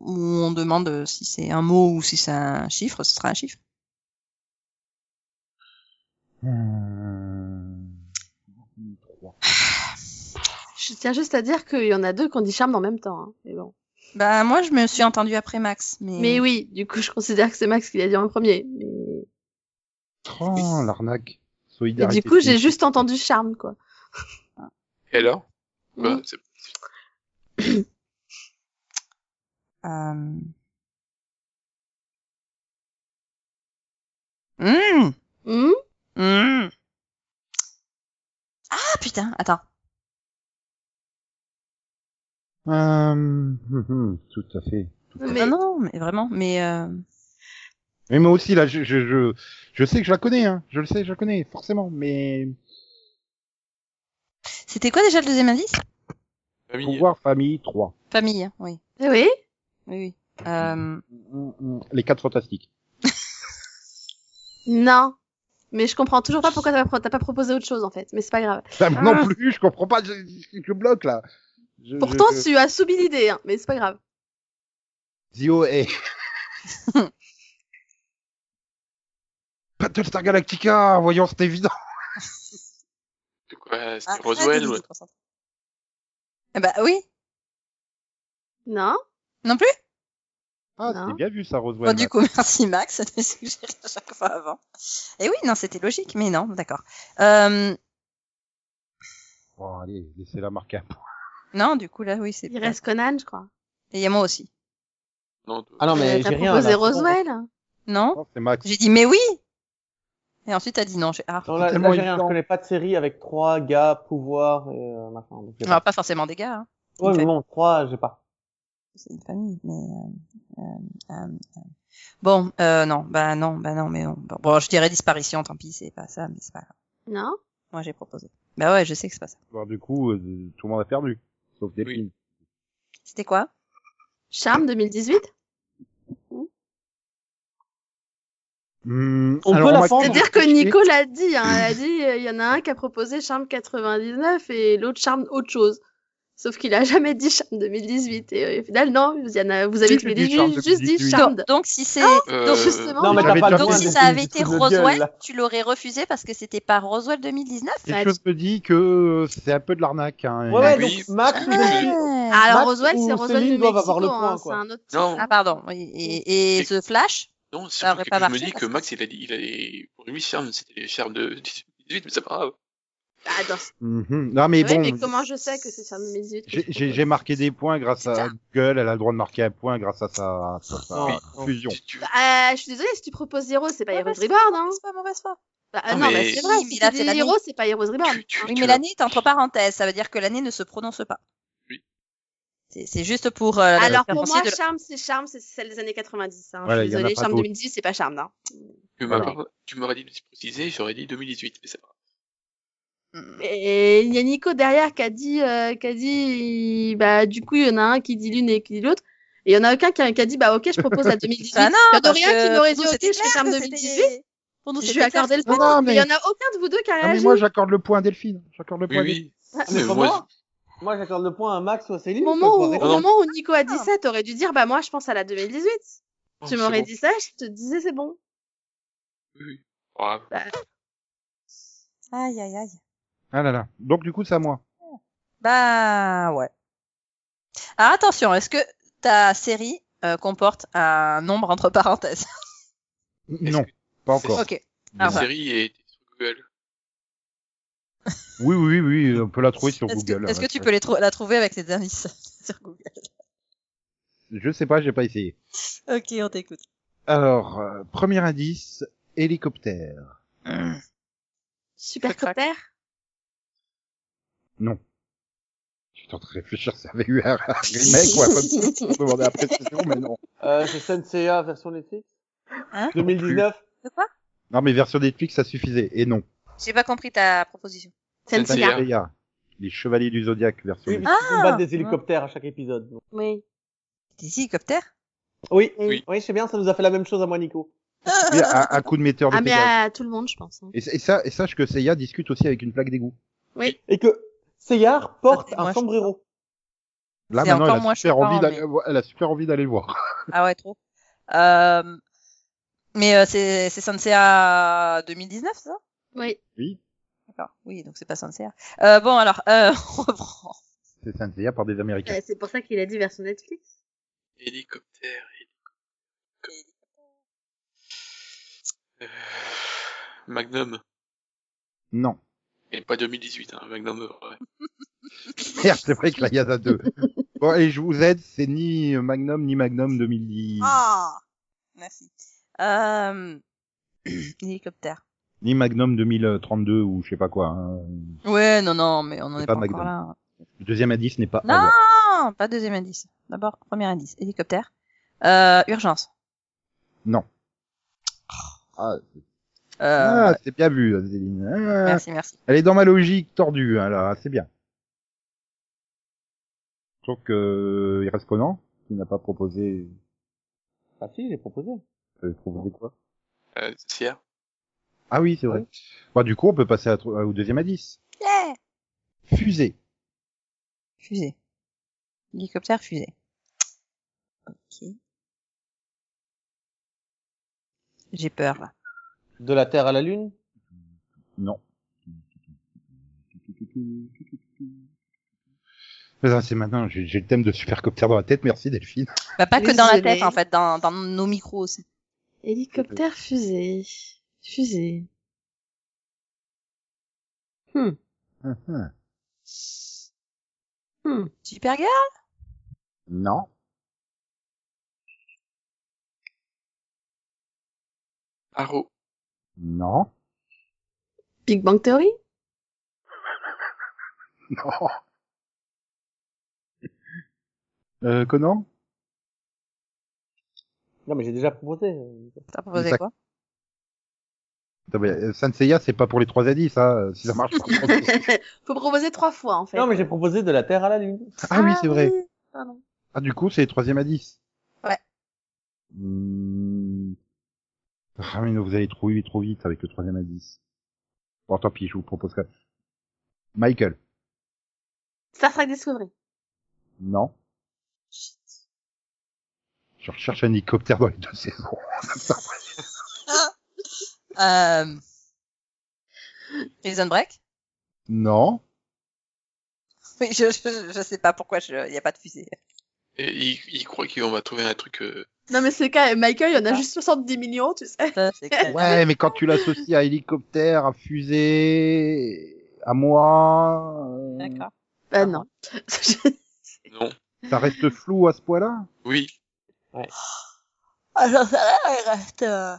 S3: où on demande si c'est un mot ou si c'est un chiffre, ce sera un chiffre.
S2: euh,
S6: Je tiens juste à dire qu'il y en a deux qui ont dit charme en même temps. hein. Mais bon.
S3: Bah, moi, je me suis entendue après Max, mais...
S6: Mais oui, du coup, je considère que c'est Max qui l'a dit en premier. Mais-
S2: Oh, l'arnaque.
S6: Et
S2: Solidarité.
S6: du coup, j'ai juste entendu charme, quoi.
S4: Et alors
S6: Oui.
S4: Bah, c'est-
S3: Euh... Mmh,
S6: Hmm
S3: mmh. Ah putain, attends.
S2: Euh, hum, hum, tout à fait.
S6: mais...
S3: Ah Non, non, mais vraiment, mais euh...
S2: Mais moi aussi, là, je, je, je, je sais que je la connais, hein. Je le sais, je la connais, forcément, mais...
S3: c'était quoi déjà le deuxième indice
S4: famille.
S2: Pouvoir famille 3.
S3: Famille, oui,
S6: Eh Oui,
S3: oui, oui. Euh...
S2: Hum, Les 4 fantastiques.
S6: non. Mais je comprends toujours pas pourquoi t'as pas, pro- t'as pas proposé autre chose, en fait. Mais c'est pas grave.
S2: Putain, moi non plus, je comprends pas, je, je- je bloque, là. Je- je-
S6: Pourtant,
S2: je-
S6: tu as soumis l'idée, hein. Mais c'est pas grave.
S2: Zio et... Battlestar Galactica, voyons, c'est évident.
S4: C'est quoi C'était
S3: ah,
S4: Roswell
S3: ah,
S4: ou...
S3: 18%. Eh bah oui,
S6: Non
S3: non plus.
S2: Ah,
S6: Non.
S2: c'est bien vu, ça, Roswell.
S3: Bon, Bah,
S6: bah.
S3: du coup, merci Max de suggérer à chaque fois avant. Et oui, non, c'était logique, mais non, d'accord. Euh...
S2: Bon, Oh, allez, laissez-la marquer un point.
S3: Non, du coup là, oui, c'est.
S6: Il reste Conan, je crois.
S3: Et il y a moi aussi.
S4: Non, toi.
S5: Ah non, mais
S6: Euh, t'as
S5: j'ai rien.
S6: proposé
S5: là.
S6: Roswell
S3: Non.
S2: Oh, c'est Max.
S3: J'ai dit mais oui. Et ensuite t'as dit non. J'ai ah.
S5: Non, là,
S2: Tellement
S5: là, j'ai rien. Je
S2: évident.
S5: connais pas de série avec 3 gars, pouvoir et euh, machin. Donc, j'ai
S3: Alors,
S5: pas.
S3: pas forcément des gars. Hein.
S5: Ouais, mais bon, 3, j'ai pas.
S3: C'est une famille, mais euh, euh, euh, euh. bon, euh, non, bah non, bah non, mais bon, bon, bon, je dirais disparition, tant pis, c'est pas ça, mais c'est pas grave.
S6: Non
S3: Moi j'ai proposé. Bah ouais, je sais que c'est pas ça.
S2: Bon, du coup, euh, tout le monde a perdu. Sauf des
S4: Oui.
S3: C'était quoi
S6: Charme 2018
S2: Hum,
S5: On peut la prendre.
S6: C'est-à-dire que Nico l'a dit, hein, elle a dit, euh, il y en a un qui a proposé Charme 99 et l'autre Charme autre chose. Sauf qu'il a jamais dit Charme 2018. Et euh, au final, non, vous, y en a, vous avez
S2: Si,
S6: tous
S2: j'ai
S6: les
S2: dit
S6: deux
S2: Charme
S6: ju- juste dit
S2: 2018.
S6: Charme.
S3: Donc, donc, si c'est
S4: Euh,
S6: donc, justement,
S5: Non, mais
S2: J'avais
S5: t'as pas
S2: déjà
S3: donc
S5: besoin
S2: fait
S3: si
S5: de-
S3: ça avait été
S5: de gueule,
S3: Roswell,
S5: là.
S3: tu l'aurais refusé parce que c'était pas Roswell 2019.
S6: Ouais.
S2: Et je me dis que c'est un peu de l'arnaque. Hein,
S5: Ouais, ouais,
S4: Oui.
S5: donc Max, ou Céline-
S3: Ah,
S6: Alors
S5: Max
S6: Roswell,
S5: ou
S6: c'est Roswell
S5: Céline
S6: de
S5: doivent
S6: Mexico,
S5: avoir le point,
S6: hein, c'est
S5: quoi.
S6: un autre.
S4: Non,
S3: Ah, pardon. oui, Et, et The Flash
S4: non,
S3: ça aurait
S4: surtout que
S3: pas
S4: je me
S3: marché
S4: dis
S3: parce
S4: que
S3: que
S4: Max, il a dit, il a, pour lui, Charme, c'était les Charme de 18, mais c'est pas grave.
S6: Ah, dans ce-
S2: Mhm. Non, mais
S6: Oui,
S2: bon.
S6: mais comment je sais que c'est sur 2018 que
S2: J'ai-
S6: je
S2: J'ai
S6: propose
S2: j'ai marqué des points grâce à Google, elle a le droit de marquer un point grâce à sa, sa- sa
S5: Non, non.
S2: fusion.
S4: Si tu-
S6: Bah, euh, je suis désolée, si tu proposes Zero, c'est pas
S3: Ouais,
S6: Heroes
S3: parce que-
S6: Reborn, hein.
S3: C'est pas mauvaise foi.
S6: Bah, euh,
S2: Ah,
S4: Non, mais-
S6: non, mais c'est vrai,
S3: Oui, mais
S6: si
S3: là,
S6: tu
S3: c'est
S6: dis
S3: l'année.
S6: Heroes, c'est pas Heroes Reborn.
S4: tu- tu-
S3: Oui,
S4: tu
S3: mais
S4: l'as-
S3: l'année est entre parenthèses. Ça veut dire que l'année ne se prononce pas.
S4: Oui.
S3: C'est c'est juste pour. euh, la
S6: Alors pour
S3: différencier
S6: moi,
S3: de la-
S6: Charme, c'est Charme, c'est celle des années 90. Hein.
S2: Ah, Voilà,
S6: je suis
S2: y en a
S6: désolée,
S2: pas
S6: Charme
S2: d'autres.
S6: 2010, c'est pas Charme, hein.
S4: tu
S2: Voilà.
S4: m'aurais- Tu m'aurais dit de préciser, j'aurais dit 2018. Mais ça va.
S3: Mm.
S6: Et il y a Nico derrière qui a dit, euh, qui a dit, bah du coup il y en a un qui dit l'une et qui dit l'autre. Et il y en a aucun qui a, qui a dit, bah ok, je propose la 2018.
S3: Ah
S6: il y
S3: non,
S6: en a
S3: parce
S6: rien qui
S3: que
S6: m'aurait dit,
S3: pour nous,
S6: ok, je
S3: c'était
S6: fais Charme
S3: clair que
S6: 2018.
S3: c'était- Pour nous,
S6: Je lui ai
S3: c'était clair
S6: accordé le
S3: que
S2: Non,
S6: point.
S3: c'était-
S2: non,
S6: mais il y en a aucun de vous deux qui a
S2: Ah, mais
S6: réagi.
S2: moi j'accorde le point à Delphine. J'accorde le
S4: Oui,
S2: point. à Delphine.
S4: oui.
S5: Mais
S4: Mais
S5: pour
S4: moi,
S5: moi, moi j'accorde le point à Max ou à Céline.
S6: Au moment où,
S5: parce
S6: au
S5: qu'on
S6: moment où Nico a dit
S3: Ah.
S6: ça, t'aurais dû dire, bah moi je pense à la 2018.
S4: Oh,
S6: tu
S4: c'est
S6: m'aurais
S4: bon.
S6: dit ça, je te disais c'est bon.
S4: Oui, oui. Ah,
S3: Aïe, aïe, aïe.
S2: Ah là là. Donc du coup c'est à moi.
S3: Bah ouais. Alors attention, est-ce que ta série euh, comporte un nombre entre parenthèses
S4: Est-ce
S2: Non,
S4: que
S2: pas
S4: c'est
S2: encore.
S4: ça
S3: Ok.
S4: La
S3: Ah, voilà.
S4: série est sur Google.
S2: Oui, oui, oui, on peut la trouver sur
S3: Est-ce
S2: Google. hein,
S3: que, est-ce que
S2: ouais.
S3: tu peux les trou- la trouver avec les indices sur Google
S2: Je sais pas, j'ai pas essayé.
S3: Ok, on t'écoute.
S2: Alors, euh, premier indice, hélicoptère.
S6: Super
S3: Crac, crac.
S6: critère.
S2: Je suis en train de réfléchir, ça avait eu un remake ou un peu me demander la précision, mais non.
S5: Euh, c'est Senseiya version Netflix.
S3: Hein
S5: 2019.
S2: Non, mais version Netflix, ça suffisait. Et non.
S3: J'ai pas compris ta proposition.
S4: Senseiya.
S6: Senseiya.
S2: Senseiya, hein. Les Chevaliers du Ah, Zodiaque version
S5: Oui,
S2: Netflix.
S5: parce qu'ils combattent des hélicoptères à chaque épisode. donc.
S6: Oui.
S3: Des hélicoptères
S5: Oui,
S4: Oui.
S5: oui, je sais bien, ça nous a fait la même chose à moi, Nico.
S2: Oui, un, ah, un coup de metteur de
S6: Ah mais
S2: Pégase.
S6: à tout le monde je pense. hein.
S2: Et, et ça, et sache que Seiya discute aussi avec une plaque d'égout.
S6: Oui.
S5: Et que Seyar porte
S3: Ah, c'est moi,
S5: un
S3: je-
S5: sombrero.
S2: Là,
S3: C'est
S2: maintenant,
S3: encore
S2: elle a,
S3: moins
S2: super
S3: choquant,
S2: envie d'aller-
S3: mais-
S2: ouais, elle a super envie d'aller le voir.
S3: Ah ouais, trop. Euh, Mais euh, c'est c'est Sansea 2019, c'est ça
S6: Oui.
S3: D'accord. Oui, donc c'est pas Sansea. Euh, bon, alors, euh, on reprend.
S2: C'est Senseiya par des Américains.
S6: Euh, C'est pour ça qu'il a dit version Netflix.
S4: Hélicoptère. hélicoptère. Euh, Magnum.
S2: Non.
S4: Et pas 2018, hein. Magnum, ouais.
S2: Merde, c'est vrai que là, il y en a deux. bon, et je vous aide, c'est ni euh, Magnum, ni Magnum 2010.
S3: Ah Merci. Euh... Hélicoptère.
S2: Ni Magnum 2032 ou je sais pas quoi. hein.
S3: Ouais, non, non, mais on en
S2: C'est
S3: est
S2: pas
S3: pas, encore là.
S2: Le deuxième indice n'est pas.
S3: Non
S2: avoir.
S3: Ah, pas deuxième indice. D'abord, premier indice, hélicoptère. Euh, urgence.
S2: Ah,
S3: Euh,
S2: ah, c'est bien vu, Zéline. Ah,
S3: Merci, merci.
S2: elle est dans ma logique tordue, hein, là, c'est bien. Sauf que euh, il reste Conan, qui n'a pas proposé.
S5: Ah si, j'ai proposé.
S2: euh, proposé quoi
S4: Euh, Sia.
S2: Ah oui, c'est vrai. Bah, du coup, on peut passer à tro- au deuxième indice.
S3: Yeah
S2: Fusée.
S3: Fusée. Hélicoptère, fusée. Ok. J'ai peur, là.
S5: De la Terre à la Lune.
S2: Non. Ah, C'est maintenant, j'ai j'ai le thème de Supercopter dans la tête, merci Delphine.
S3: Bah, pas que dans la
S6: Désolée.
S3: tête, en fait, dans, dans nos micros aussi.
S6: Hélicoptère, fusée. Fusée.
S2: Hum, hum.
S3: Supergirl
S2: non.
S4: Arrow.
S2: Non.
S6: Big Bang Theory
S2: Non. Euh, Conan
S5: Non, mais j'ai déjà proposé.
S3: T'as proposé
S2: Ça-
S3: quoi
S2: Attends, mais, euh, Sanseiya, c'est pas pour les trois indices, hein, si ça marche. par contre.
S6: Faut proposer trois fois en fait.
S5: Non, mais j'ai proposé de la Terre à la
S6: Eh
S5: Lune.
S2: ah oui, c'est vrai.
S6: oui. Pardon.
S2: Ah, du coup, c'est les troisième indice.
S3: Ouais.
S2: Hmm. Ah, mais non, vous allez trop, trop vite avec le troisième indice. Bon, tant pis, je vous propose quand même. Michael.
S6: Star Trek Discovery.
S2: Non. Je recherche un hélicoptère dans les deux saisons.
S3: Euh... Prison Break
S2: Non.
S3: Oui, je, je, je sais pas pourquoi il y a pas de fusée.
S4: Et il, il croit qu'on va trouver un truc, euh,
S6: Non mais c'est quand même Michael, il
S2: Ah.
S6: y en a juste 70 millions, tu sais.
S3: Ça, c'est clair.
S2: Ouais, mais quand tu l'associes à hélicoptère, à fusée à moi, euh,
S3: D'accord.
S6: Bah non.
S4: Non.
S2: ça reste flou à ce point-là
S4: Oui.
S3: Ah, j'en sais rien, il reste. euh,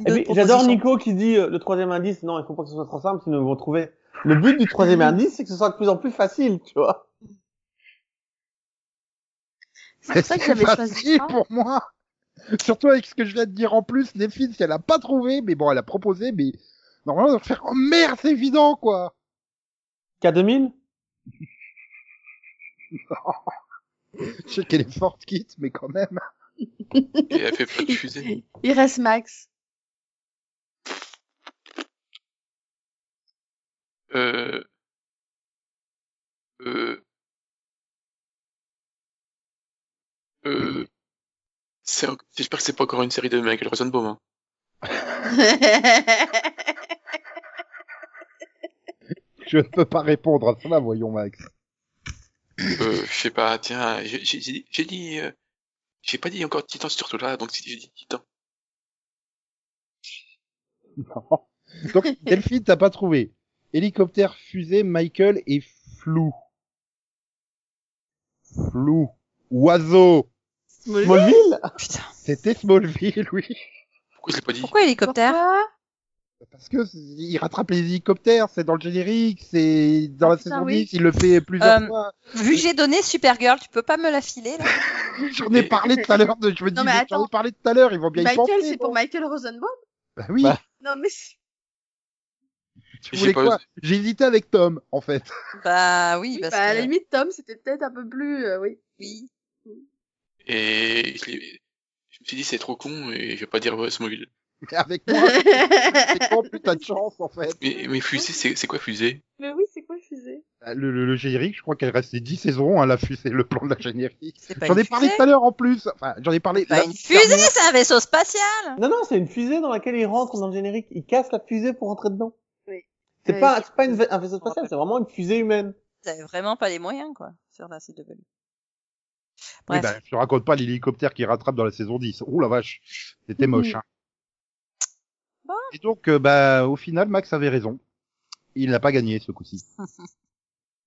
S2: Eh
S5: Et
S3: d'autres
S5: puis, Eh ben, j'adore
S3: propositions.
S5: Nico qui dit euh, le troisième indice. Non, il faut pas que ce soit trop simple, sinon ils vont trouver. Le but du troisième indice, c'est que ce soit de plus en plus facile, tu vois.
S6: C'est pour ça que j'avais choisi.
S2: facile Bah, pour moi. Surtout avec ce que je viens de dire en plus, Delphine, si elle a pas trouvé, mais bon, elle a proposé, mais normalement, on va faire, oh merde, c'est évident, quoi.
S5: K2000
S2: Je sais qu'elle est forte, Kit, mais quand même.
S4: Et elle fait pas de fusée.
S6: Il reste Max.
S4: Euh... Euh... Euh... c'est- J'espère que c'est pas encore une série de Michael Rosenbaum. Hein.
S2: Je ne peux pas répondre à cela, voyons, Max.
S4: Euh, je sais pas, tiens, j'ai j'ai- j'ai dit... J'ai dit, euh, j'ai pas dit encore Titan surtout là, donc si j'ai dit Titan.
S2: Non. Donc, Delphine, t'as pas trouvé. Hélicoptère, fusée, Michael et flou. Flou. Oiseau.
S5: Smallville
S3: Putain.
S2: C'était Smallville, oui.
S4: Pourquoi je l'ai pas dit
S3: Pourquoi hélicoptère
S6: Pourquoi
S2: Parce que c'est- il rattrape les hélicoptères, c'est dans le générique, c'est dans la
S6: Ah,
S2: saison
S6: putain, oui.
S2: 10, il le fait plusieurs
S3: Euh,
S2: fois.
S3: Vu que j'ai donné Supergirl, tu peux pas me la filer là
S2: J'en ai parlé tout à l'heure, de- je me dis,
S6: mais
S2: mais j'en ai
S6: attends.
S2: parlé tout à l'heure, ils vont bien y
S6: Michael,
S2: penser.
S6: c'est pour Michael Rosenbaum
S2: Bah oui,
S5: Bah,
S6: Non, mais c'est-
S2: tu
S4: j'ai
S2: voulais
S4: pas
S2: quoi
S4: osé.
S2: J'hésitais avec Tom, en fait.
S3: Bah oui,
S6: oui,
S3: parce
S6: bah, à la
S3: que.
S6: limite, Tom, c'était peut-être un peu plus. euh, oui.
S3: Oui.
S4: Et je, l'ai- je me suis dit c'est trop con et je vais pas dire ouais, Smallville.
S2: Mais avec moi, c'est
S6: mais
S2: quand plus t'as de chance, en fait.
S4: Mais, mais fusée, c'est c'est quoi fusée
S6: oui, c'est quoi fusée
S2: Bah, Le, le- le générique, je crois qu'elle restait 10 saisons, hein, la fusée, le plan de la générique.
S3: C'est pas
S2: J'en
S3: une
S2: ai parlé
S3: fusée.
S2: tout à l'heure, en plus. Enfin, j'en ai parlé.
S3: Pas
S2: la-
S3: une fusée, c'est un vaisseau spatial.
S5: Non, non, c'est une fusée dans laquelle il rentre dans le générique. Il casse la fusée pour rentrer dedans.
S6: Oui.
S5: C'est
S6: Oui.
S5: pas, c'est pas une va- un vaisseau spatial, c'est vraiment une fusée humaine.
S3: Vous avez vraiment pas les moyens quoi sur la CW.
S2: Oui,
S3: Bref.
S2: ben, je te raconte pas l'hélicoptère qui rattrape dans la saison 10. Ouh la vache, c'était moche. Hein.
S3: Mhm. Bon.
S2: Et donc, euh, bah, au final, Max avait raison. Il n'a pas gagné ce coup-ci.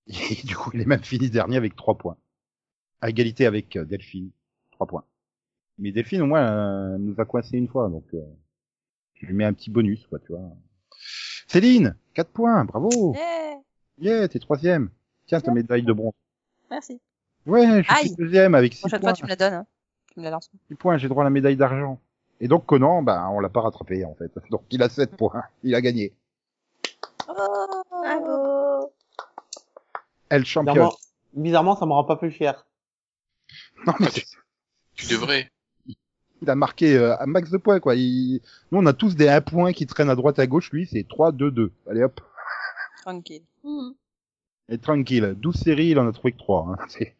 S2: Et du coup, il est même fini dernier avec trois points. À égalité avec euh, Delphine, trois points. Mais Delphine, au moins, euh, nous a coincé une fois, donc euh, je lui mets un petit bonus, quoi, tu vois. Céline, quatre points, bravo.
S3: Yeah,
S2: Yeah, t'es troisième. Tiens, ta médaille de bronze.
S3: merci.
S2: Ouais, je suis
S3: Aïe.
S2: deuxième avec six
S3: Prochaine
S2: points.
S3: fois tu me la donnes. Hein. Tu me la lances.
S2: 10 points, j'ai droit à la médaille d'argent. Et donc Conan, bah, on l'a pas rattrapé en fait. Donc il a 7 points, il a gagné.
S3: Oh,
S6: Ah,
S2: Oh.
S6: Bravo
S2: Elle championne.
S5: Bizarrement, bizarrement, ça me rend pas plus cher.
S2: Non, mais c'est-
S4: Tu devrais.
S2: il a marqué euh, un max de points quoi. Il... Nous on a tous des 1 point qui traînent à droite et à gauche, lui c'est 3, 2, 2. Allez hop,
S3: tranquille.
S6: Hmm.
S2: et tranquille. 12 séries, il en a trouvé que 3. Hein. C'est-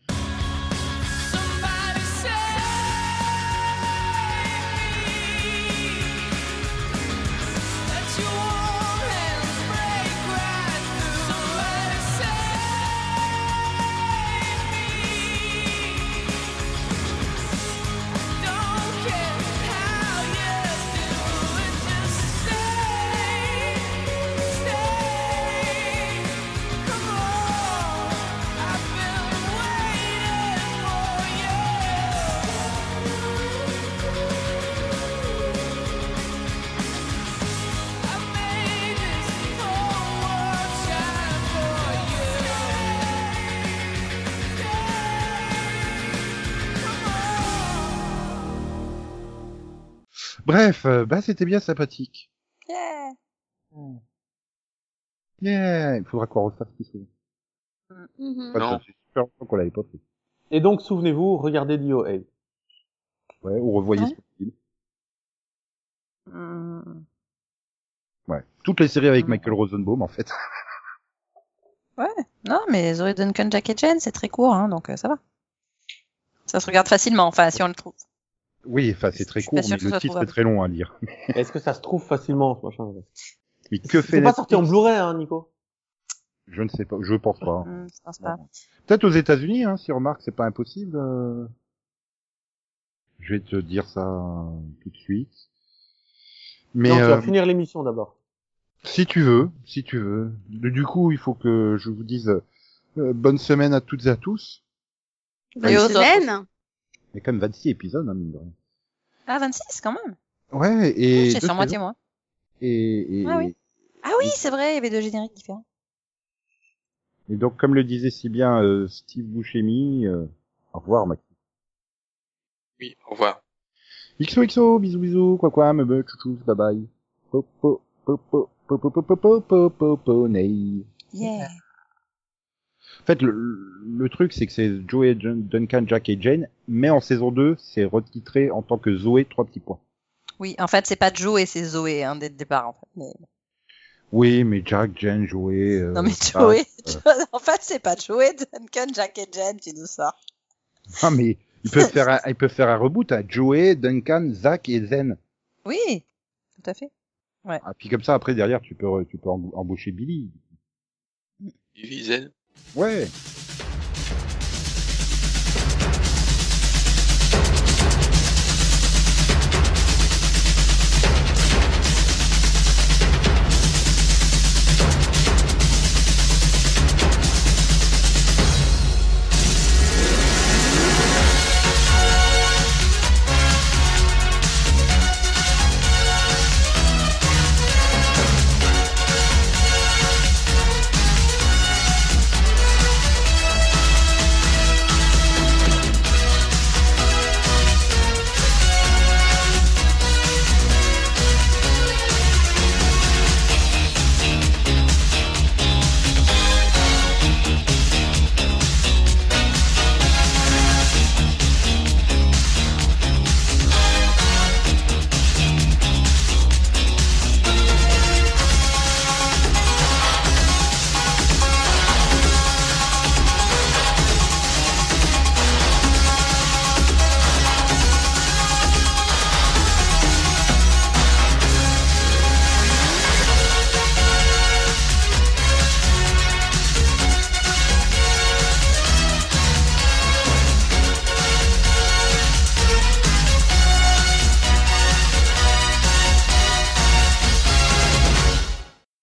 S8: Somebody save me. Let your warm hands break right through. Somebody save me. Don't care how you do it, just stay, stay. Come on, I've been waiting for you. I made this whole world shine for you. Come on.
S2: Bref, euh, bah c'était bien sympathique.
S3: Yeah.
S2: Yeah, il faudra qu'on refasse plus souvent.
S6: Mhm.
S2: Enfin,
S4: Non.
S2: ça fait super longtemps qu'on l'avait pas fait.
S5: Et donc, souvenez-vous, regardez DOA.
S2: Ouais, ou revoyez
S3: Ouais.
S2: ce film.
S3: Hmm.
S2: Ouais. Toutes les séries avec
S3: Ouais.
S2: Michael Rosenbaum en fait.
S3: Non, mais Zoe Duncan, Jack et Jen, c'est très court, hein, donc euh, ça va. Ça se regarde facilement, enfin si on le trouve.
S2: Oui, enfin c'est très
S3: Je suis
S2: court,
S3: pas sûre
S2: mais
S3: que ce soit
S2: le titre est
S3: trouvable.
S2: très long à lire.
S5: Est-ce que ça se trouve facilement, ce machin
S2: Mais que fait
S5: C'est pas sorti en
S2: Netflix
S5: Blu-ray, hein, Nico
S2: Je ne sais pas, je pense pas. hein.
S3: Hmm, je pense pas.
S2: Peut-être aux États-Unis, hein, si on remarque, c'est pas impossible. euh. Je vais te dire ça euh, tout de suite. Mais
S5: Non, tu
S2: euh,
S5: vas finir l'émission d'abord.
S2: Si tu veux, si tu veux. Du du coup, il faut que je vous dise euh, bonne semaine à toutes et à tous.
S6: Bonne
S3: Et aux autres.
S6: semaine.
S2: Il y a quand même 26 épisodes, hein, mine de rien.
S3: Ah, 26 quand même.
S2: Ouais, et...
S3: C'est
S2: deux
S3: sur moitié
S2: saisons.
S3: moins.
S2: Et, et-
S3: Ah oui. Ah oui, c'est vrai, il y avait deux génériques différents.
S2: et donc, comme le disait si bien euh, Steve Buscemi, euh, au revoir, Max.
S4: Oui, au revoir.
S2: XOXO, bisous bisous, quoi quoi, me me, chouchous, bye bye. Popo, popo, popo, popo, popo, popo, nei.
S3: Yeah.
S2: En fait, le, le truc, c'est que c'est Joey, et Jun- Duncan, Jack et Jane, mais en saison 2, c'est retitré en tant que Zoé, trois petits points.
S3: Oui, en fait, c'est pas Joe et c'est Zoé hein, dès le départ. En fait. mais-
S2: Oui, mais Jack, Jane, Joey... euh,
S3: non, mais
S2: ça-
S3: Joey, en fait, c'est pas Joey, Duncan, Jack et Jen, tu nous sors.
S2: Ah, mais ils peuvent faire un, ils peuvent faire un reboot à Joey, Duncan, Zach et Zen.
S3: Oui, tout à fait.
S2: Ah, puis comme ça, après, derrière, tu peux, tu peux embaucher Billy.
S4: Vivi, Zen.
S2: Ouais.